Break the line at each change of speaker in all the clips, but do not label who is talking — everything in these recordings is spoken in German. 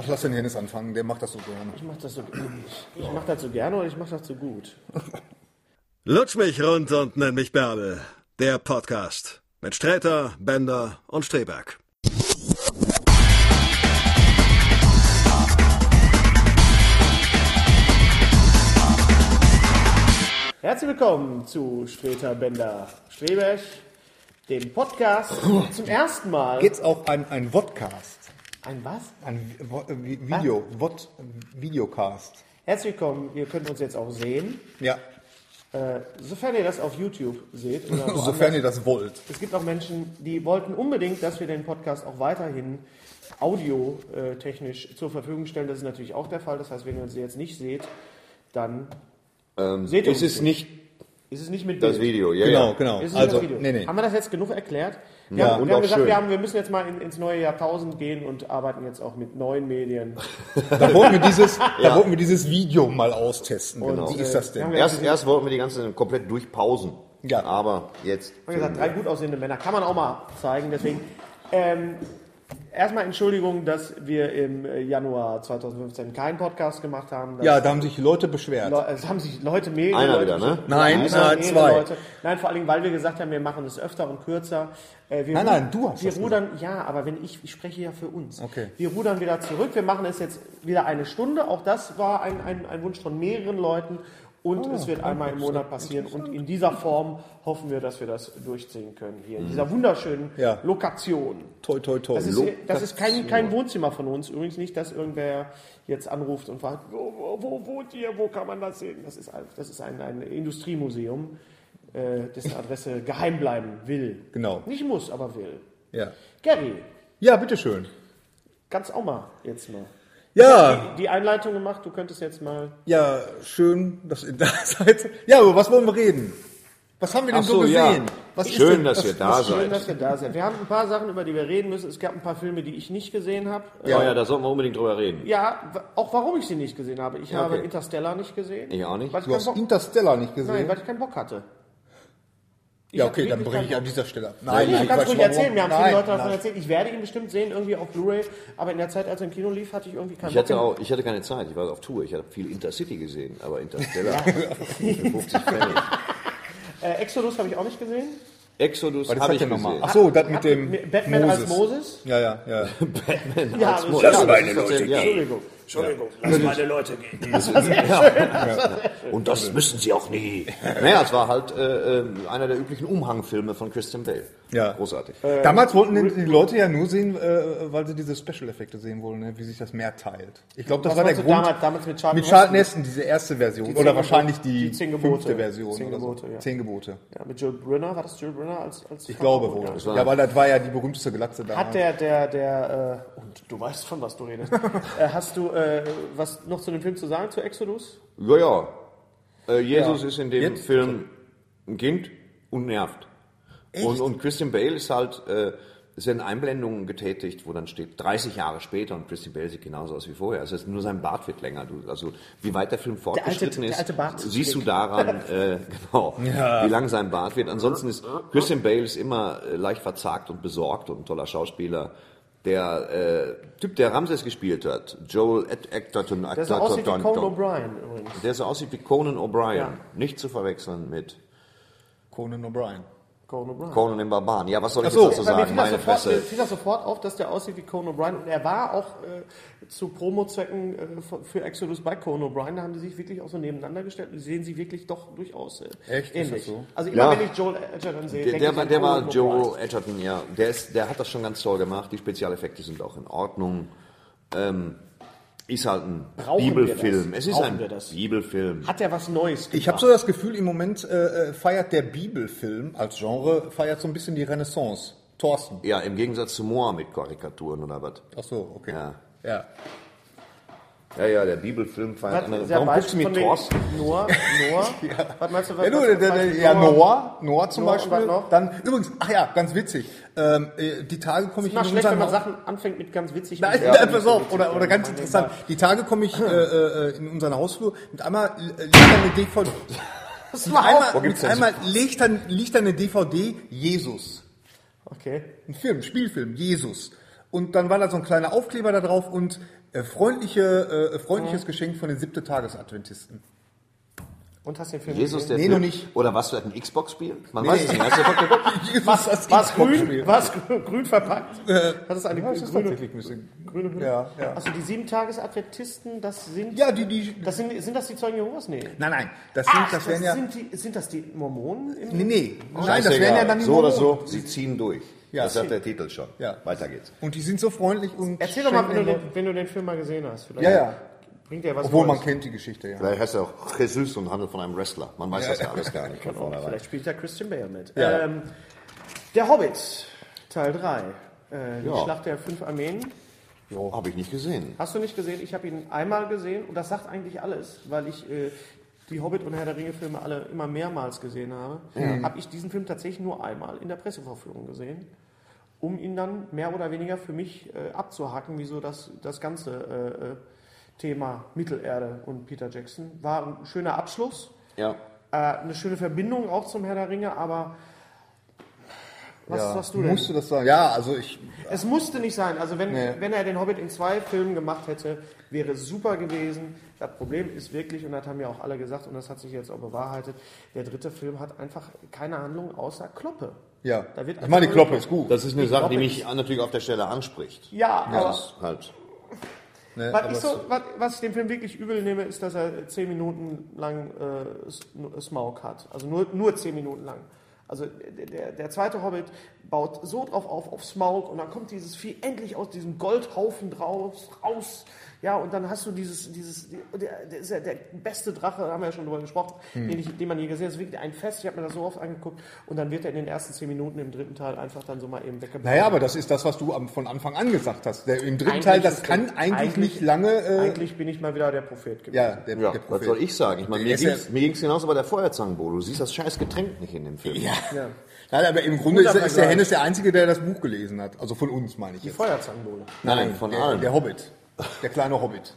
Ach, lass den Hennis anfangen, der macht das so gerne.
Ich mach das so. Ich mach das so gerne und ich mach das so gut.
Lutsch mich rund und nenn mich Bärbel. Der Podcast mit Sträter, Bender und Streberg.
Herzlich willkommen zu Streter Bender Strebech, dem Podcast zum ersten Mal.
Jetzt auch ein, ein Vodcast.
Ein was?
Ein Vo- äh, Vi- Video, Vod, Videocast.
Herzlich willkommen, ihr könnt uns jetzt auch sehen.
Ja,
Äh, sofern ihr das auf YouTube seht. Oder
sofern
woanders.
ihr das wollt.
es gibt auch Menschen, die wollten unbedingt, dass wir den Podcast auch weiterhin audiotechnisch zur Verfügung stellen. Das ist natürlich auch der Fall. Das heißt, wenn ihr uns jetzt nicht seht, dann
Ähm,
seht ihr
Es
uns
ist nicht
Ist es nicht mit
das
Bild.
Video, ja,
Genau,
ja.
genau.
Ist es
Also,
das Video?
nee, nee.
Haben wir das jetzt genug erklärt? Wir
Ja,
haben,
und
wir haben
auch
gesagt,
schön.
wir, haben, wir müssen jetzt mal in, ins neue Jahrtausend gehen und arbeiten jetzt auch mit neuen Medien.
Da wollten wir dieses, da wollten wir dieses Video mal austesten.
Genau.
Wie ist das
Äh,
denn?
haben wir-
Erst, erst wollten wir die ganze komplett durchpausen.
Ja.
Aber jetzt.
Wir haben gesagt, drei gut aussehende Männer kann man auch mal zeigen. Deswegen ähm, erstmal Entschuldigung, dass wir im äh, Januar 2015 keinen Podcast gemacht haben. Das-
Ja, da haben sich Leute beschwert.
Le- Es haben sich Leute mehr.
Einer
Leute,
wieder, ne?
Nein,
Einer,
nein,
mehrere
zwei.
Leute. Nein, vor allem, weil wir gesagt haben, wir machen es öfter und kürzer. Äh, wir
Nein,
ru-
nein, du hast
Wir
das
rudern, ja, aber wenn ich, ich spreche ja für uns.
Okay.
Wir rudern wieder zurück. Wir machen es jetzt wieder eine Stunde. Auch das war ein, ein, ein Wunsch von mehreren Leuten. Und
Ah,
es wird einmal im Monat passieren. Und in dieser Form hoffen wir, dass wir das durchziehen können hier. In dieser wunderschönen
Mhm. Ja.
Lokation.
Toi, toi, toi.
Das ist, das ist kein, kein Wohnzimmer von uns. Übrigens nicht, dass irgendwer jetzt anruft und fragt, wo, wo, wo wohnt ihr, wo kann man das sehen? Das ist ein, das ist ein, ein Industriemuseum, äh, dessen Adresse geheim bleiben will.
Genau.
Nicht muss, aber will.
ja.
Gary,
ja, bitteschön.
kannst auch mal jetzt mal.
Ja,
Die Einleitung gemacht, du könntest jetzt mal.
ja, schön, dass ihr da seid. Ja, über was wollen wir reden? Was haben wir denn
Ach
so,
so, ja.
gesehen? Was
Schön,
denn-
dass ihr da
was-
seid.
Schön, dass wir da sind. Wir haben ein paar Sachen, über die wir reden müssen. Es gab ein paar Filme, die ich nicht gesehen habe.
Ja, ja, da sollten wir unbedingt drüber reden.
Ja, w- auch warum ich sie nicht gesehen habe. Ich habe
okay.
Interstellar nicht gesehen.
Ich auch nicht.
Weil ich
Du hast
keinen Bock-
Interstellar nicht gesehen.
Nein, weil ich keinen Bock hatte.
ja,
hab
okay, dann
wirklich
breche ich
keinen-
an dieser Stelle ab.
Nein, du kannst
Quatsch,
ruhig
warum?
erzählen, mir haben viele
Nein,
Leute davon
nein.
erzählt. Ich werde ihn bestimmt sehen, irgendwie auf Blu-ray, aber in der Zeit, als er im Kino lief, hatte ich irgendwie keinen
Ich hatte,
Bock.
auch, ich hatte keine Zeit, ich war auf Tour. Ich habe viel Intercity gesehen, aber Interstellar. für 50 Pfennig.
Äh, Exodus habe ich auch nicht gesehen.
Exodus
Was
habe
hat
ich
der nochmal?
gesehen.
Ach so, das mit dem
Batman als Moses.
Ja, ja, ja.
Ja,
Moses.
das-
Das
ja,
meine Leute
Ja.
gehen.
Entschuldigung.
Entschuldigung, lass meine Leute gehen.
Und das müssen sie auch nie. Naja, es war halt äh, äh, einer der üblichen Umhangfilme von Christian Bale.
Ja. Äh,
Großartig.
Damals wollten die die Leute ja nur sehen, äh, weil sie diese Special-Effekte sehen wollen, ne? wie sich das Meer teilt. Ich glaube, das
Was
war der
meinst du
Grund.
damals- damals mit Charlton
Charlton Heston, diese erste Version.
zehn
Oder wahrscheinlich
Gebote.
die,
Die zehn Gebote.
fünfte Version.
Zehn
oder so.
Gebote, ja.
Zehn Gebote.
Ja, mit Joe Brunner, war das Joe Brunner als, als
Ich glaube wohl.
Ja.
Ja. weil das war ja die berühmteste Glatze damals.
Hat der, der, der, äh, und du weißt von was du redest. äh, hast du äh, was noch zu dem Film zu sagen, zu Exodus?
Ja, ja. Äh, Jesus
Ja.
ist in dem
Jetzt-
Film ein Kind und nervt. Und, und Christian Bale ist halt, äh, es werden Einblendungen getätigt, wo dann steht 30 Jahre später und Christian Bale sieht genauso aus wie vorher. Also Es ist nur sein Bart wird länger. Du, also wie weit der Film fortgeschritten
der alte Bart-
ist, siehst du daran äh, genau, wie lang sein Bart wird. Ansonsten ist Christian Bale ist immer äh, leicht verzagt und besorgt und ein toller Schauspieler. Der äh, Typ, der Ramses gespielt hat, Joel Ed- Edgerton,
Der so aussieht wie Conan O'Brien übrigens.
der so aussieht wie Conan O'Brien,
Ja.
nicht zu verwechseln mit
Conan O'Brien.
Conan O'Brien.
Conan den Barbaren. Ja, was soll ich
so,
jetzt dazu
Ja, mir
sagen?
fiel das,
Meine
sofort, mir
Fresse.
fiel das sofort auf, dass der aussieht wie Conan O'Brien. Und er war auch äh, zu Promo-Zwecken äh, für- für Exodus bei Conan O'Brien. Da haben die sich wirklich auch so nebeneinander gestellt. Und die sehen sie wirklich doch durchaus äh,
Echt? Ist
ähnlich.
das so?
Also immer
Ja.
wenn ich Joel Edgerton sehe,
Der,
denke
der,
ich
war,
an
der war
Conan O'Brien.
Joe Edgerton, ja. Der, ist, der hat das schon ganz toll gemacht. Die Spezialeffekte sind auch in Ordnung. Ähm, ist halt ein
Brauchen wir
Bibelfilm.
das?
Es ist
Brauchen wir
ein
das?
Bibelfilm.
Hat er was Neues
Ich habe so das Gefühl, im Moment äh, äh, feiert der Bibelfilm als Genre, feiert so ein bisschen die Renaissance. Thorsten.
Ja, im Gegensatz zu Moore mit Karikaturen oder was.
Ach so, okay.
Ja.
ja.
Ja, ja, der Bibelfilm feiert
Was,
andere.
sehr
Äh, Warum
weit
guckst du mir
von den-
Thorsten?
Noah, Noah. Was meinst du, was,
Ja, du,
was-
der, der,
was-
der, ja, Noah, Noah zum
Noah,
Beispiel.
was noch?
Dann übrigens, ach ja, ganz witzig. Ähm, äh, die Tage komme ich
Immer schlecht, wenn man
Haus-
Sachen anfängt mit ganz witzig.
Nein,
Ja.
nein, pass auf, oder, oder ganz interessant. Die Tage komme ich äh, äh, in unseren Hausflur und einmal äh, liegt da eine DVD.
Das war auch.
Einmal, mit einmal liegt, dann, liegt da eine DVD Jesus.
Okay.
Ein Film, Spielfilm, Jesus. Und dann war da so ein kleiner Aufkleber da drauf und äh, freundliche, äh, freundliches
Mhm.
Geschenk von den siebte Tagesadventisten.
Und hast den Film
Jesus, der
Nee,
Film.
noch nicht.
Oder was, vielleicht ein Xbox-Spiel? Man
Nee.
weiß es nicht. Hast du sofort geguckt?
Jesus, das
War es grün?
Xbox-Spiel.
War es grün, grün verpackt? Hat es eine
Ja, das ist
grüne,
tatsächlich ein bisschen-
grüne Hülle?
Ja, ja.
Achso, die Sieben-Tages-Adventisten, das sind...
Ja, die, die,
Das sind, sind das die Zeugen Jehovas? Nee.
nein, nein, das sind,
Ach,
das wären ja,
sind, Oh, die, sind das die Mormonen? Im
nee, nee, nein, das
Scheißegal.
wären ja dann die
So oder
Mormonen.
so, sie ziehen durch.
Ja.
das sagt der Titel schon.
Ja.
Weiter geht's.
Und die sind so freundlich und
Erzähl doch mal, wenn du,
schenken den
den, wenn du den Film mal gesehen hast. Vielleicht
Ja, ja.
Bringt dir was
Obwohl man
Neues.
kennt die Geschichte, ja.
Vielleicht heißt er auch Jesus und handelt von einem Wrestler. Man weiß das ja alles gar nicht von vornherein.
Oh, Vielleicht spielt da Christian Bale mit. Ähm, der Hobbit, Teil 3. Äh, die
Ja.
Schlacht der fünf Armeen.
Jo, Habe ich nicht gesehen.
Hast du nicht gesehen? Ich habe ihn einmal gesehen und das sagt eigentlich alles, weil ich äh, die Hobbit und Herr der Ringe Filme alle immer mehrmals gesehen habe. Habe ich diesen Film tatsächlich nur einmal in der Presseverführung gesehen, um ihn dann mehr oder weniger für mich äh, abzuhaken, wieso das, das ganze äh, äh, Thema Mittelerde und Peter Jackson war ein schöner Abschluss,
Ja.
äh, eine schöne Verbindung auch zum Herr der Ringe, aber was
ja.
sagst du denn?
Musst du das sagen? Ja, also ich,
Es musste nicht sein. Also wenn,
Nee.
wenn er den Hobbit in zwei Filmen gemacht hätte, wäre super gewesen. Das Problem ist wirklich, und das haben ja auch alle gesagt, und das hat sich jetzt auch bewahrheitet, der dritte Film hat einfach keine Handlung außer Kloppe.
ja.
Da wird also-
ich meine, die
einfach nur-
Kloppe ist gut.
Das ist eine Sache, die mich natürlich auf der Stelle anspricht.
Ja, aber
Das ist halt.
ne?
was
aber
ich,
es-
so, was, was ich dem Film wirklich übel nehme, ist, dass er zehn Minuten lang äh, S- Smaug hat. Also nur, nur zehn Minuten lang. Also der, der- der zweite Hobbit baut so drauf auf, auf Smaug und dann kommt dieses Vieh endlich aus diesem Goldhaufen draus, raus. Ja, und dann hast du dieses, dieses, der, der ist ja der beste Drache, da haben wir ja schon drüber gesprochen,
Hm.
den, ich, den man je gesehen hat. Das ist wirklich ein Fest, ich habe mir das so oft angeguckt und dann wird er in den ersten zehn Minuten im dritten Teil einfach dann so mal eben weggebaut.
naja, aber das ist das, was du am, von Anfang an gesagt hast. Der, Im dritten
Eigentlich
Teil, das
ist
kann
der-
eigentlich,
eigentlich-
nicht lange, äh,
Eigentlich bin ich mal wieder der Prophet gewesen.
ja, der,
Ja,
der
was
Prophet.
soll ich sagen? Ich meine, mir
Der ist ja-
ging's mir ging's genauso bei der Feuerzangenbowl. Du siehst das scheiß Getränk nicht in dem Film.
Ja. Nein, aber im Grunde ist,
Guter
ist der
Vergleich.
Hennes der Einzige, der das Buch gelesen hat. Also von uns, meine ich
Die
jetzt.
Feuerzangenbowle.
Nein, von
der,
allen.
der Hobbit. Der kleine Hobbit.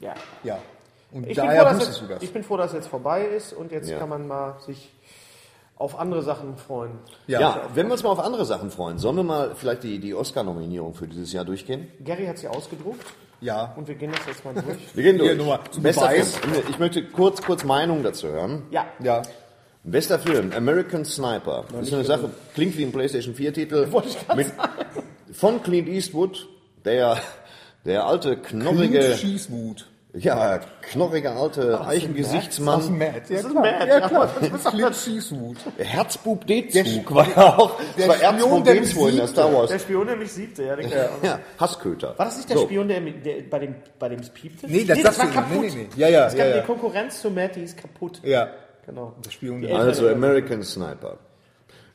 Ja.
Ja. Und
Ich bin, froh,
daher
dass
wusstest
jetzt,
du das.
ich bin froh, dass jetzt vorbei ist und jetzt
Ja.
kann man mal sich auf andere Sachen freuen.
Ja. wenn wir uns mal auf andere Sachen freuen, sollen wir mal vielleicht die, die Oscar-Nominierung für dieses Jahr durchgehen?
Gary hat sie ausgedruckt
Ja.
und wir gehen das jetzt mal durch.
Wir gehen
Hier,
durch.
nur mal zum
Bester
Beweis.
Film. Ich möchte kurz, kurz Meinung dazu hören.
ja.
Ja.
Bester Film, American Sniper. Das ist eine Sache, klingt wie ein PlayStation 4-Titel. Mit- Von Clint Eastwood, der, der alte,
Knut
knorrige,
Schießwut.
ja, knorrige alte Eichengesichtsmann.
Matt. Ja,
ist
klar.
Matt,
Ja,
ja.
klar. Clint Schießwut.
Herzbub
Der
D-Zug war ja auch, das
der
war
Spion,
Erzbub
der
D-Zug in der
besiegt
Star Wars.
Der Spion, der mich siebte, ja, den ja.
Ja, Hassköter.
War das nicht der
So.
Spion, der, mit- der bei dem bei dem es piepte?
Nee, das
das
sagst
war
du
kaputt.
immer. Nee, nee, nee. Ja, ja,
Das gab
ja, ja.
Die Konkurrenz zu Matt, die ist kaputt.
Ja.
Genau.
Das Spion.
Die
Also American Sniper.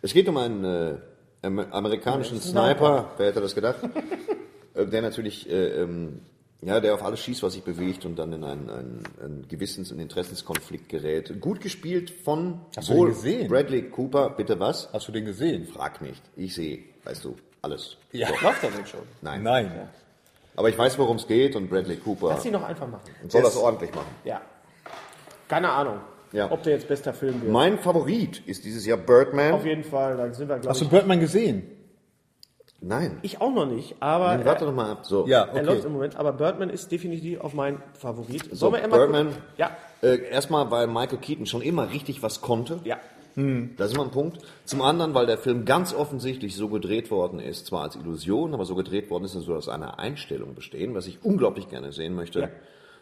Es geht um einen äh, Amer- amerikanischen Sniper, wer hätte das gedacht, Äh, der natürlich, äh, ähm, ja, der auf alles schießt, was sich bewegt und dann in einen, einen, einen Gewissens- und Interessenskonflikt gerät. Gut gespielt von
Hast du den gesehen?
Bradley Cooper, bitte was?
Hast du den gesehen?
Frag nicht, ich sehe, weißt du. Alles.
Ja.
Läuft damit schon.
Nein.
Nein.
Aber ich weiß, worum es geht und Bradley Cooper
Lass ihn doch einfach machen.
soll das ordentlich machen.
Ja. Keine Ahnung,
Ja.
ob der jetzt bester Film wird.
Mein Favorit ist dieses Jahr
Auf
Birdman.
jeden Fall, dann sind wir, glaube
Hast du
ich.
Birdman gesehen?
Nein.
Ich auch noch nicht, aber äh,
Dann Warte doch mal ab. So.
Ja,
er läuft
okay.
im Moment. Aber Birdman ist definitiv auf mein Favorit. Sollen
So,
wir immer
Birdman.
gucken? Ja,
Äh, erstmal, weil Michael Keaton schon immer richtig was konnte.
ja.
Das ist mal ein Punkt. Zum anderen, weil der Film ganz offensichtlich so gedreht worden ist, zwar als Illusion, aber so gedreht worden ist, dass wir aus einer Einstellung bestehen, was ich unglaublich gerne sehen möchte.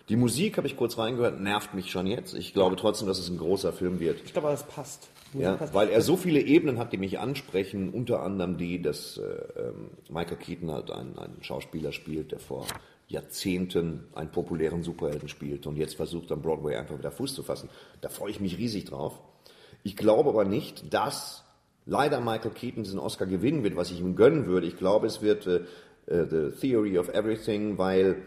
Die Musik, habe ich kurz reingehört, nervt mich schon jetzt. Ich glaube trotzdem, dass es ein großer Film wird.
Ich glaube, das passt. Musik
Ja,
passt.
weil er so viele Ebenen hat, die mich ansprechen, unter anderem die, dass äh, ähm, Michael Keaton halt einen, einen Schauspieler spielt, der vor Jahrzehnten einen populären Superhelden spielt und jetzt versucht am Broadway einfach wieder Fuß zu fassen. Da freue ich mich riesig drauf. Ich glaube aber nicht, dass leider Michael Keaton diesen Oscar gewinnen wird, was ich ihm gönnen würde. Ich glaube, es wird äh, äh, The Theory of Everything, weil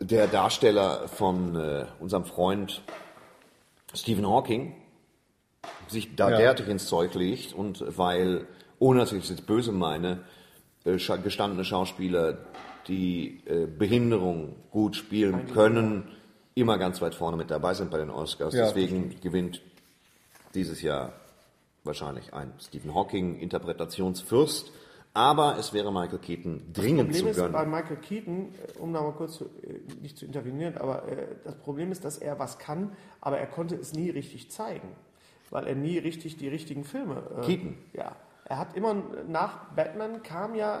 ähm, der Darsteller von äh, unserem Freund Stephen Hawking sich da
Ja.
derartig ins Zeug legt und weil, ohne dass ich es jetzt böse meine, äh, scha- gestandene Schauspieler, die äh, Behinderung gut spielen können, immer ganz weit vorne mit dabei sind bei den Oscars.
Ja,
Deswegen gewinnt dieses Jahr wahrscheinlich ein Stephen Hawking Interpretationsfürst. Aber es wäre Michael Keaton dringend
Problem
zu
ist bei
gönnen.
Michael Keaton, äh, um da mal kurz zu, äh, nicht zu intervenieren, aber äh, das Problem ist, dass er was kann, aber er konnte es nie richtig zeigen, weil er nie richtig die richtigen Filme. Äh,
Keaton?
Ja. Er hat immer nach Batman kam ja. äh,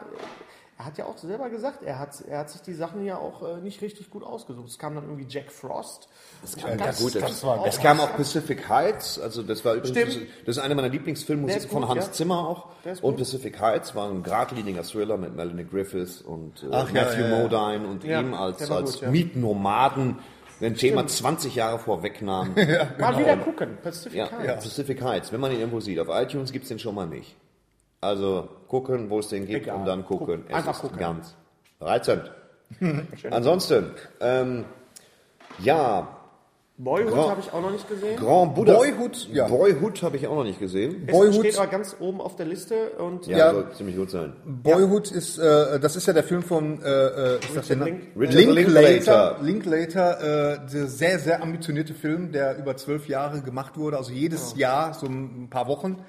Er hat ja auch selber gesagt, er hat, er hat sich die Sachen ja auch äh, nicht richtig gut ausgesucht. Es kam dann irgendwie Jack Frost. Das kam
das- das war-
Es kam auch Pacific Heights, also das war übrigens,
Stimmt.
das ist eine meiner Lieblingsfilmmusik
Der ist
von
gut,
Hans
ja.
Zimmer auch.
Der ist
Und
gut.
Pacific Heights war ein geradliniger Thriller mit Melanie Griffiths und äh,
Ach, ja,
Matthew
ja, ja.
Modine und
Ja,
ihm als,
der war
als
gut, ja.
Mietnomaden, ein Thema 20 Jahre vorwegnahm.
Mal wieder gucken. Pacific
ja,
Heights.
Pacific Heights, wenn man ihn irgendwo sieht. Auf iTunes gibt's den schon mal nicht. Also gucken, wo es den gibt
Egal.
und dann gucken.
Guck.
Es
Einfach
ist
gucken.
ganz reizend. Ansonsten, ähm, ja,
Boyhood
Ja.
habe ich auch noch nicht gesehen.
Grand Buddha.
Boyhood, ja.
Boyhood habe ich auch noch nicht gesehen.
Es
Boyhood-
steht aber ganz oben auf der Liste und
Ja,
Ja.
soll ziemlich gut sein.
Boyhood ist, äh, das ist ja der Film von, äh, äh, ich sag den Namen.
Link-
Richard
Linklater.
Linklater.
Linklater, äh, der sehr, sehr ambitionierte Film, der über zwölf Jahre gemacht wurde, also
Oh.
jedes Jahr so ein paar Wochen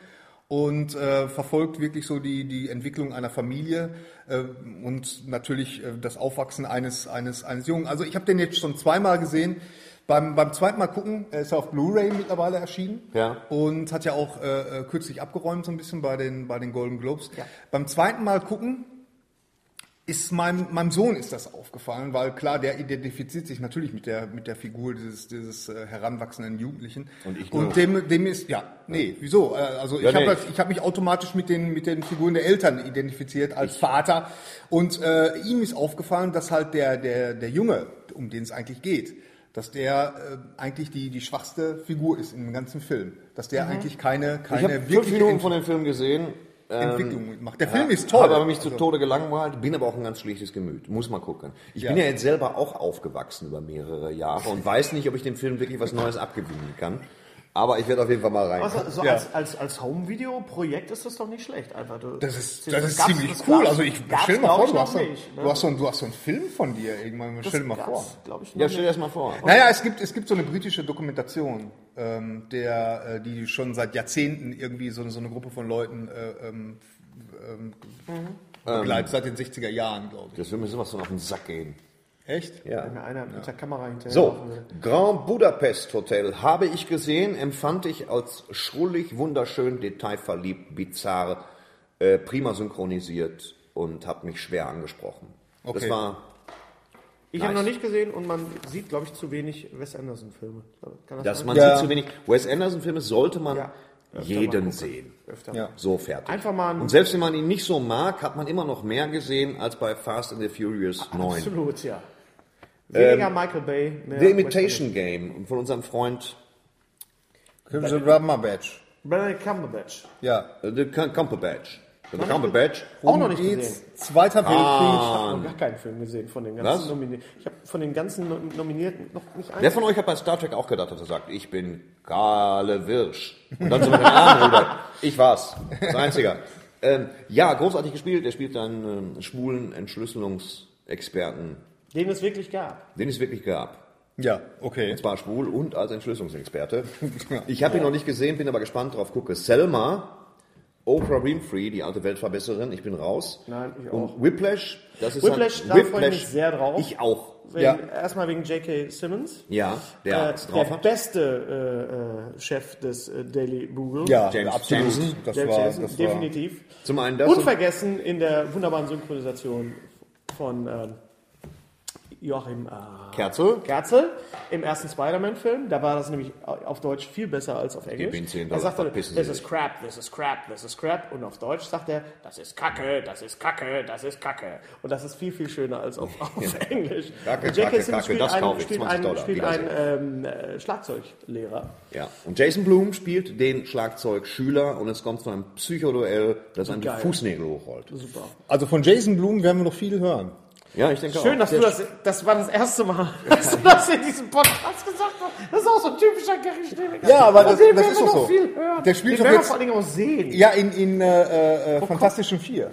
und äh, verfolgt wirklich so die, die Entwicklung einer Familie äh, und natürlich äh, das Aufwachsen eines, eines, eines Jungen. Also ich habe den jetzt schon zweimal gesehen. Beim, beim zweiten Mal gucken, er ist ja auf Blu-ray mittlerweile erschienen
Ja.
und hat ja auch äh, äh, kürzlich abgeräumt so ein bisschen bei den, bei den Golden Globes. Beim zweiten Mal gucken, ist meinem, meinem Sohn ist das aufgefallen, weil klar, der identifiziert sich natürlich mit der, mit der Figur dieses, dieses äh, heranwachsenden Jugendlichen.
Und ich
Und
nur.
dem, dem ist, ja, nee, wieso? Äh, Also
Ja,
ich habe
nee.
das- ich hab mich automatisch mit den, mit den Figuren der Eltern identifiziert als Vater. Und äh, ihm ist aufgefallen, dass halt der, der, der Junge, um den es eigentlich geht, dass der äh, eigentlich die, die schwachste Figur ist im ganzen Film. Dass der eigentlich keine,
Ich habe
keine
fünf
wirkliche
Minuten
Ent
von dem Film gesehen.
Entwicklung macht. Der Film ist toll.
Habe aber mich zu
Also-
Tode gelangweilt, bin aber auch ein ganz schlichtes Gemüt. Muss mal gucken. Ich
Ja.
bin ja jetzt selber auch aufgewachsen über mehrere Jahre und weiß nicht, ob ich dem Film wirklich was Neues abgewinnen kann. Aber ich werde auf jeden Fall mal rein.
Also, so
Ja.
als, als, als Home-Video-Projekt ist das doch nicht schlecht. Einfach, du,
Das ist,
das
das ist
gab's-
ziemlich
das
cool.
gab's-
Also ich
gab's,
stell dir mal
glaub
vor,
ich,
du
noch
hast, so,
nicht, ne?
du, hast so, du hast so einen Film von dir irgendwann. Stell dir mal vor.
Glaube ich,
ja,
noch
stell dir
nicht.
das mal vor.
Naja, es gibt, es gibt so eine britische Dokumentation, ähm, der, äh, die schon seit Jahrzehnten irgendwie so, so eine Gruppe von Leuten äh, ähm, ähm,
Mhm.
Ähm.
begleitet, seit den 60er Jahren, glaube ich.
Das würde mir sowas von auf den Sack gehen.
Echt?
Ja.
Wenn mir einer mit der Kamera hinterher
So,
laufen würde.
Grand Budapest Hotel habe ich gesehen, empfand ich als schrullig, wunderschön, detailverliebt, bizarr, äh, prima synchronisiert und hat mich schwer angesprochen.
Okay.
Das war,
Ich habe
Nice.
noch nicht gesehen und man sieht, glaube ich, zu wenig Wes Anderson-Filme. Kann
dass
sein?
man
Ja.
sieht zu wenig. Wes Anderson Filme sollte man
Ja.
jeden sehen.
Öfter.
Ja.
So fertig.
Einfach mal ein-
und selbst wenn man ihn nicht so mag, hat man immer noch mehr gesehen als bei Fast and the Furious 9.
Ah, Absolut, ja.
Ähm,
Weniger Michael Bay, mehr
The
Wes
Imitation Game von unserem Freund
Crimson Badge.
Anderson. Benedict Cumberbatch.
Ja. Um
äh, The Cumberbatch. The Cumberbatch.
Auch noch nicht
geht's.
gesehen.
Zweiter Weltkrieg.
Ah.
Ich habe noch gar keinen Film gesehen von den ganzen
Was?
Nominierten. Ich habe von den ganzen No- Nominierten noch nicht einen.
Wer von euch hat bei Star Trek auch gedacht, dass er sagt, ich bin Karle Wirsch? Und dann so mit den Armen rüber. Ich war's. Das Einzige. ähm, ja, großartig gespielt. Er spielt einen ähm, schwulen Entschlüsselungsexperten,
Den es wirklich gab.
den es wirklich gab.
Ja, okay.
Und zwar schwul und als Entschlüsselungsexperte. Ich habe ihn noch nicht gesehen, bin aber gespannt drauf. Gucke, Selma, Oprah Winfrey, die alte Weltverbessererin, ich bin raus.
Nein, ich auch.
Und Whiplash, das ist
Whiplash, da
ein,
freue ich mich sehr drauf.
Ich auch.
Wegen,
Ja.
Erstmal wegen J.K. Simmons.
Ja, der
äh,
es
der
drauf hat.
beste äh, äh, Chef des äh, Daily Bugle.
Ja,
James
absolut.
Jameson.
Das
James
war,
Jackson,
das war,
definitiv.
Zum einen das. und-
Unvergessen in der wunderbaren Synchronisation von ähm, Joachim äh,
Kerzel.
Kerzel im ersten Spider-Man-Film. Da war das nämlich auf Deutsch viel besser als auf Englisch.
Ihnen 10
Da
Dollar,
sagt er,
verpissen
this
Sie
is
sich."
crap, this is crap, this is crap. Und auf Deutsch sagt er, das ist Kacke, das ist Kacke, das ist Kacke. Und das ist viel, viel schöner als auf, auf Englisch.
Kacke,
Und J.K.
Kacke,
Simmons
Kacke, das kaufe
einen,
ich,
spielt
20
einen,
Dollar,
spielt einen ähm, äh, Schlagzeuglehrer.
Ja. Und Jason Blum spielt den Schlagzeugschüler und es kommt zu einem Psychoduell, das einen die
Geil.
Fußnägel hochrollt.
Super.
also von Jason Blum werden wir noch viel hören.
Ja, ich denke
Schön,
auch.
dass du das, das war das erste Mal, dass du das in diesem Podcast gesagt hast. Das ist auch so ein typischer Gary Schneebecker.
Ja, aber das-
Von dem
das
werden
ist
wir
doch
noch
so.
Viel hören.
Der spielt
Den
doch
werden wir
jetzt-
vor allen Dingen auch sehen.
Ja, in, in äh, äh, Fantastischen Vier.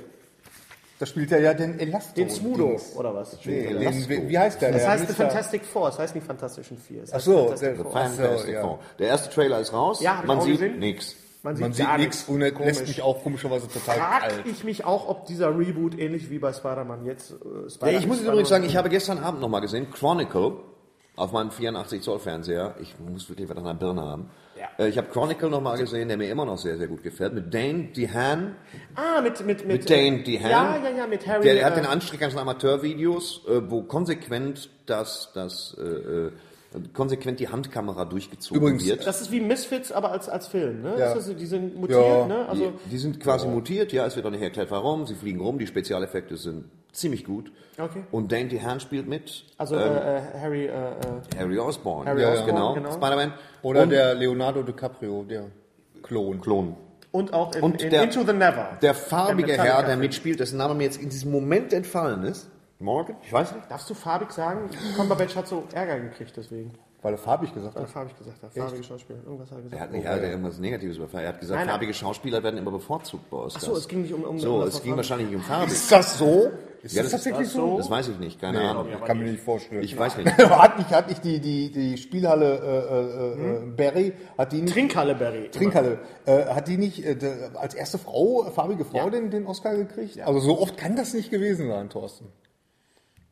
Da spielt er ja den Elasto.
Den Smudo, oder was?
Nee, den,
Elasto.
wie- wie heißt der?
Das
der
heißt The
Mr.
Fantastic Four, das heißt nicht Fantastischen Vier. Es
Ach
heißt
so,
Fantastic
der-
Four.
Fantastic
ja.
Four. Der erste Trailer ist raus.
Ja, hab ich
man
auch
sieht
gesehen.
nichts.
Man
gar
sieht nichts und es lässt mich auch komischerweise total
Frag
alt.
ich mich auch, ob dieser Reboot ähnlich wie bei Spider-Man jetzt. Äh, Spider
Ja, ich muss jetzt übrigens sagen, ich habe gestern Abend nochmal gesehen, Chronicle, auf meinem 84-Zoll-Fernseher. Ich muss wirklich was an der Birne haben.
Ja.
Äh, Ich habe Chronicle nochmal gesehen, der mir immer noch sehr, sehr gut gefällt. Mit Dane DeHaan.
Ah, mit, mit, mit,
Mit Dane DeHaan.
Ja, ja, ja, mit Harry.
Der, der hat
äh,
den Anstrich ganzen Amateurvideos, äh, wo konsequent das, das, äh, äh, konsequent die Handkamera durchgezogen
Übrigens, äh,
wird.
das ist wie Misfits, aber als, als Film, ne?
Ja.
Ist das, die sind mutiert,
Ja.
ne? Also,
die, die sind quasi mutiert, ja, es wird auch nicht erklärt, warum. Sie fliegen rum, die Spezialeffekte sind ziemlich gut.
Okay.
Und Dane DeHaan spielt mit.
also äh, äh, Harry, äh, äh,
Harry Osborn.
Harry
ja,
Osborn,
genau.
genau.
Spider-Man.
Oder
und
der Leonardo DiCaprio, der Klon.
Klon.
Und auch in,
Und
in
der-
Into the Never.
Der farbige
Der
Herr,
Metallica-Film.
der mitspielt, dessen Name mir jetzt in diesem Moment entfallen ist. Morgan? Ich weiß nicht.
Darfst du farbig sagen? Cumberbatch hat so Ärger gekriegt deswegen.
Weil er farbig gesagt
Weil er
hat.
farbig gesagt hat. Farbige Schauspieler. Irgendwas hat er
Er
gesagt.
hat, ja, der irgendwas Negatives über Er hat gesagt,
Oh, Nein, nein.
farbige Schauspieler werden immer bevorzugt bei uns.
Achso, es ging nicht um, um um
So,
das
es ging
Verfahren.
wahrscheinlich nicht um Farbe.
das so? Ist
Ja,
das,
das-
tatsächlich
das
so?
so?
Das weiß ich nicht, keine Ahnung.
Ich kann mir nicht vorstellen.
Ich weiß nicht.
hat nicht, hat nicht die, die, die Spielhalle äh, äh, äh,
Hm?
Barry, hat die nicht,
Trinkhalle Berry.
Trinkhalle, äh, hat die nicht äh, de, als erste Frau, äh, farbige Frau, den, den Oscar gekriegt? Also so oft kann das nicht gewesen sein, Thorsten.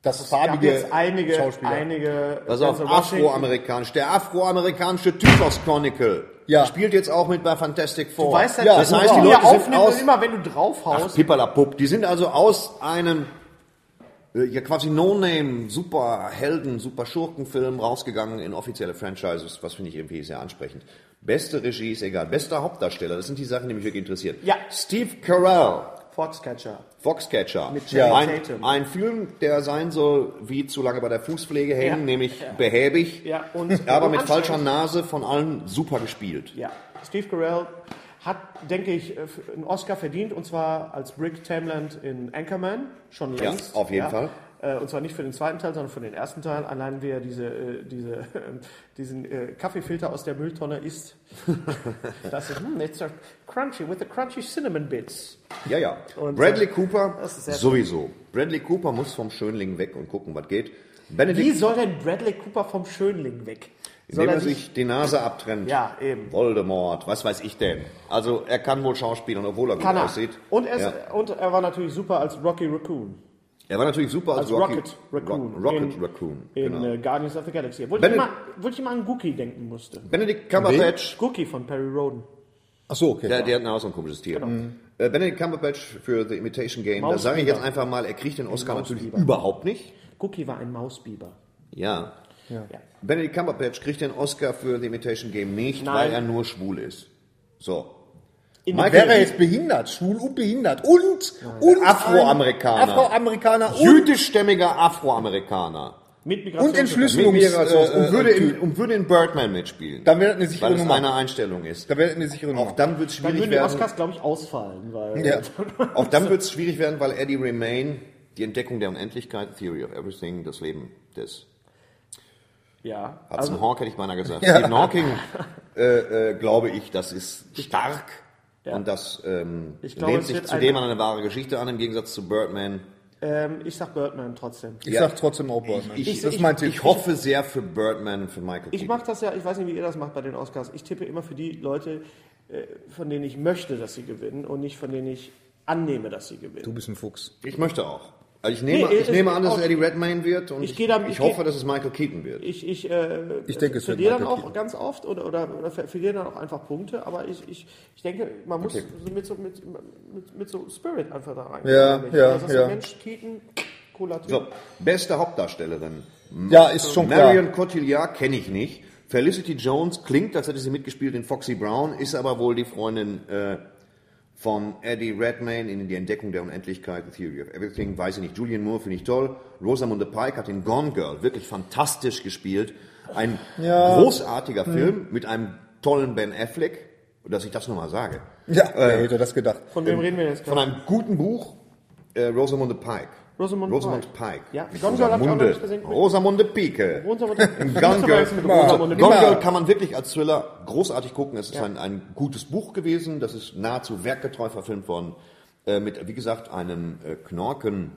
Das
Es gab
farbige
jetzt einige,
Schauspieler.
einige.
Pass auf,
Denzel Washington.
afroamerikanisch. Der afroamerikanische Typ aus Chronicle.
Ja.
Spielt jetzt auch mit bei Fantastic Four.
Du weißt halt ja,
Ja,
das
das
das
heißt,
heißt, die
du ja
Leute sind
aufnimmst
aus...
und immer, wenn du
Ach,
draufhaust.
Pippalapupp. Die sind also aus einem äh, ja quasi No-Name, Superhelden, Super-Schurken-Film rausgegangen in offizielle Franchises, was finde ich irgendwie sehr ansprechend. Beste Regie ist egal. Bester Hauptdarsteller, das sind die Sachen, die mich wirklich interessieren.
Ja.
Steve Carell.
Foxcatcher.
Foxcatcher.
Mit Channing
ein,
Tatum.
ein Film, der sein soll, wie zu lange bei der Fußpflege hängen,
Ja.
nämlich behäbig,
Ja, und-
aber
und
mit falscher
anstrengend.
Nase von allen super gespielt.
Ja. Steve Carell hat, denke ich, äh, einen Oscar verdient und zwar als Rick Tamland in Anchorman. Schon
Ja,
längst.
auf jeden Fall.
Äh, Und zwar nicht für den zweiten Teil, sondern für den ersten Teil. Allein wie er diese, äh, diese, diesen äh, Kaffeefilter aus der Mülltonne isst. das ist, hm, it's a crunchy with the crunchy cinnamon bits.
Ja, ja.
Und,
Bradley
äh,
Cooper
das ist sehr
sowieso. Bradley Cooper muss vom Schönling weg und gucken, was geht.
Wie
Benedict,
soll denn Bradley Cooper vom Schönling weg? Soll
indem er sich die Nase abtrennt.
Ja, eben.
Voldemort, was weiß ich denn. Also er kann wohl schauspielern, obwohl er gut
Kann er.
aussieht.
Und er, ist,
ja.
und er war natürlich super als Rocky Raccoon.
er war natürlich super
Als
als, Rocky,
Rocket Raccoon.
Rock, Rocket
In-
Raccoon.
In
genau.
äh, Guardians of the Galaxy. Obwohl ich,
Benedict-
immer, obwohl ich immer an Gookie denken musste.
Benedict Cumberbatch
Gookie von Perry Roden.
Ach so, okay.
Der, der hat auch so ein komisches
Genau.
Tier. Mhm. Äh, Benedict Cumberbatch für The Imitation Game, da sage ich jetzt einfach mal, er kriegt den Oscar natürlich überhaupt nicht.
Gookie war ein Mausbiber.
Ja.
Ja.
Benedict Cumberbatch kriegt den Oscar für The Imitation Game nicht,
Nein.
weil er nur schwul ist. So.
In
Michael-
Wäre er jetzt behindert, schwul und behindert und, und
Afroamerikaner.
ein Afroamerikaner und,
Jüdischstämmiger Afroamerikaner.
mit Migration.
und Entschlüsselungs...
Mit Migration.
äh,
und, würde
äh,
in, und würde in Birdman mitspielen.
Dann wäre das eine sichere
Weil es
Nummer.
eine Einstellung ist.
da wäre eine sichere Nummer.
Auch dann wird es
Dann
schwierig
würden die
werden.
Oscars, glaube ich, ausfallen. Weil
Ja.
Auch dann wird es schwierig werden, weil Eddie Remain die Entdeckung der Unendlichkeit, Theory of Everything, das Leben des
ja.
Hudson
Also,
Hawk hätte ich beinahe gesagt. Stephen Hawking, äh, äh, glaube ich, das ist stark.
Ja.
Und das ähm,
Ich glaube,
lehnt
es
sich
wird
zudem
ein-
an eine wahre Geschichte an, im Gegensatz zu Birdman.
Ähm, ich sag Birdman trotzdem.
Ich
Ja.
sag trotzdem auch Birdman.
Ich,
das
ich,
ist mein Tipp.
ich hoffe sehr für Birdman und für Michael
Ich
Keaton.
mache das ja, ich weiß nicht, wie ihr das macht bei den Oscars. Ich tippe immer für die Leute, äh, von denen ich möchte, dass sie gewinnen und nicht von denen ich annehme, dass sie
Du
gewinnen.
bist ein Fuchs.
Ich möchte auch. Also ich nehme,
Nee,
ich
es-
nehme an, dass
auch-
es Eddie Redmayne wird und
Ich
ich,
gehe da-
ich,
ich
hoffe,
gehe-
dass es Michael Keaton wird.
Ich, ich, äh,
Ich denke, es wird
verliere dann
Michael
auch
Keaton.
ganz oft oder, oder, oder ver- verliere dann auch einfach Punkte, aber ich, ich, ich denke, man muss
Okay.
so mit, so, mit, mit, mit so Spirit einfach da rein.
Ja,
Oder nicht?
ja,
Also, dass
ja.
der Mensch, Keaton, cooler Typ.
So, beste Hauptdarstellerin.
Ja, ist schon klar.
Marion Cotillard kenne ich nicht. Felicity Jones klingt, als hätte sie mitgespielt in Foxy Brown, ist aber wohl die Freundin äh, von Eddie Redmayne in Die Entdeckung der Unendlichkeit, The Theory of Everything, weiß ich nicht. Julian Moore finde ich toll. Rosamunde Pike hat in Gone Girl wirklich fantastisch gespielt. Ein großartiger Film mit einem tollen Ben Affleck, dass ich das nochmal sage.
Ja, wer hätte das gedacht?
Von wem reden wir jetzt
Von
gerade?
einem guten Buch, äh, Rosamunde Pike.
Rosamund
Rosamund
Pike.
Pike.
Ja,
Nicht
Gone Girl hab ich auch noch
Rosamunde.
nicht gesehen.
Rosamunde Pike.
Rosamunde-
Im
Ich
Gone
wusste
Girl.
gar nicht, mit
Gone
Rosamunde Pike.
Girl kann man wirklich als Thriller großartig gucken. Es ist
Ja.
ein, ein gutes Buch gewesen. Das ist nahezu werkgetreu verfilmt worden. Äh, mit, wie gesagt, einem äh, Knorken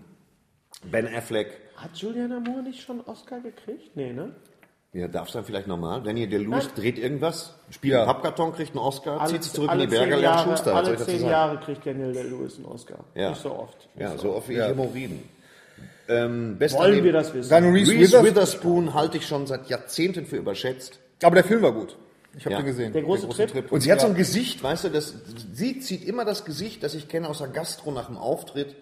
Ben Affleck.
Hat Juliana Moore nicht schon einen Oscar gekriegt? Nee, ne?
Ja, darf es dann vielleicht nochmal? Daniel Deleuze
Nein.
dreht irgendwas, spielt
Ja.
einen Pappkarton, kriegt einen Oscar, zieht sich zurück in die
alle
Berge,
zehn
lernt
Jahre,
Schuster. Was soll
Alle
ich dazu
zehn
sagen?
Jahre kriegt Daniel Day-Lewis einen Oscar.
Ja.
Nicht so oft.
Ja,
Nicht
so oft wie
Ja.
Hämorrhoiden. Ähm, bester
Wollen
Leben-
wir das wissen?
Dann Reese,
Reese
Withers-
Witherspoon, halte ich schon seit Jahrzehnten für überschätzt.
Aber der Film war gut. Ich habe
Ja.
den gesehen.
Der große
Großen
Trip.
Und sie hat so ein Gesicht, weißt du, das, sie zieht immer das Gesicht, das ich kenne aus der Gastro nach dem Auftritt.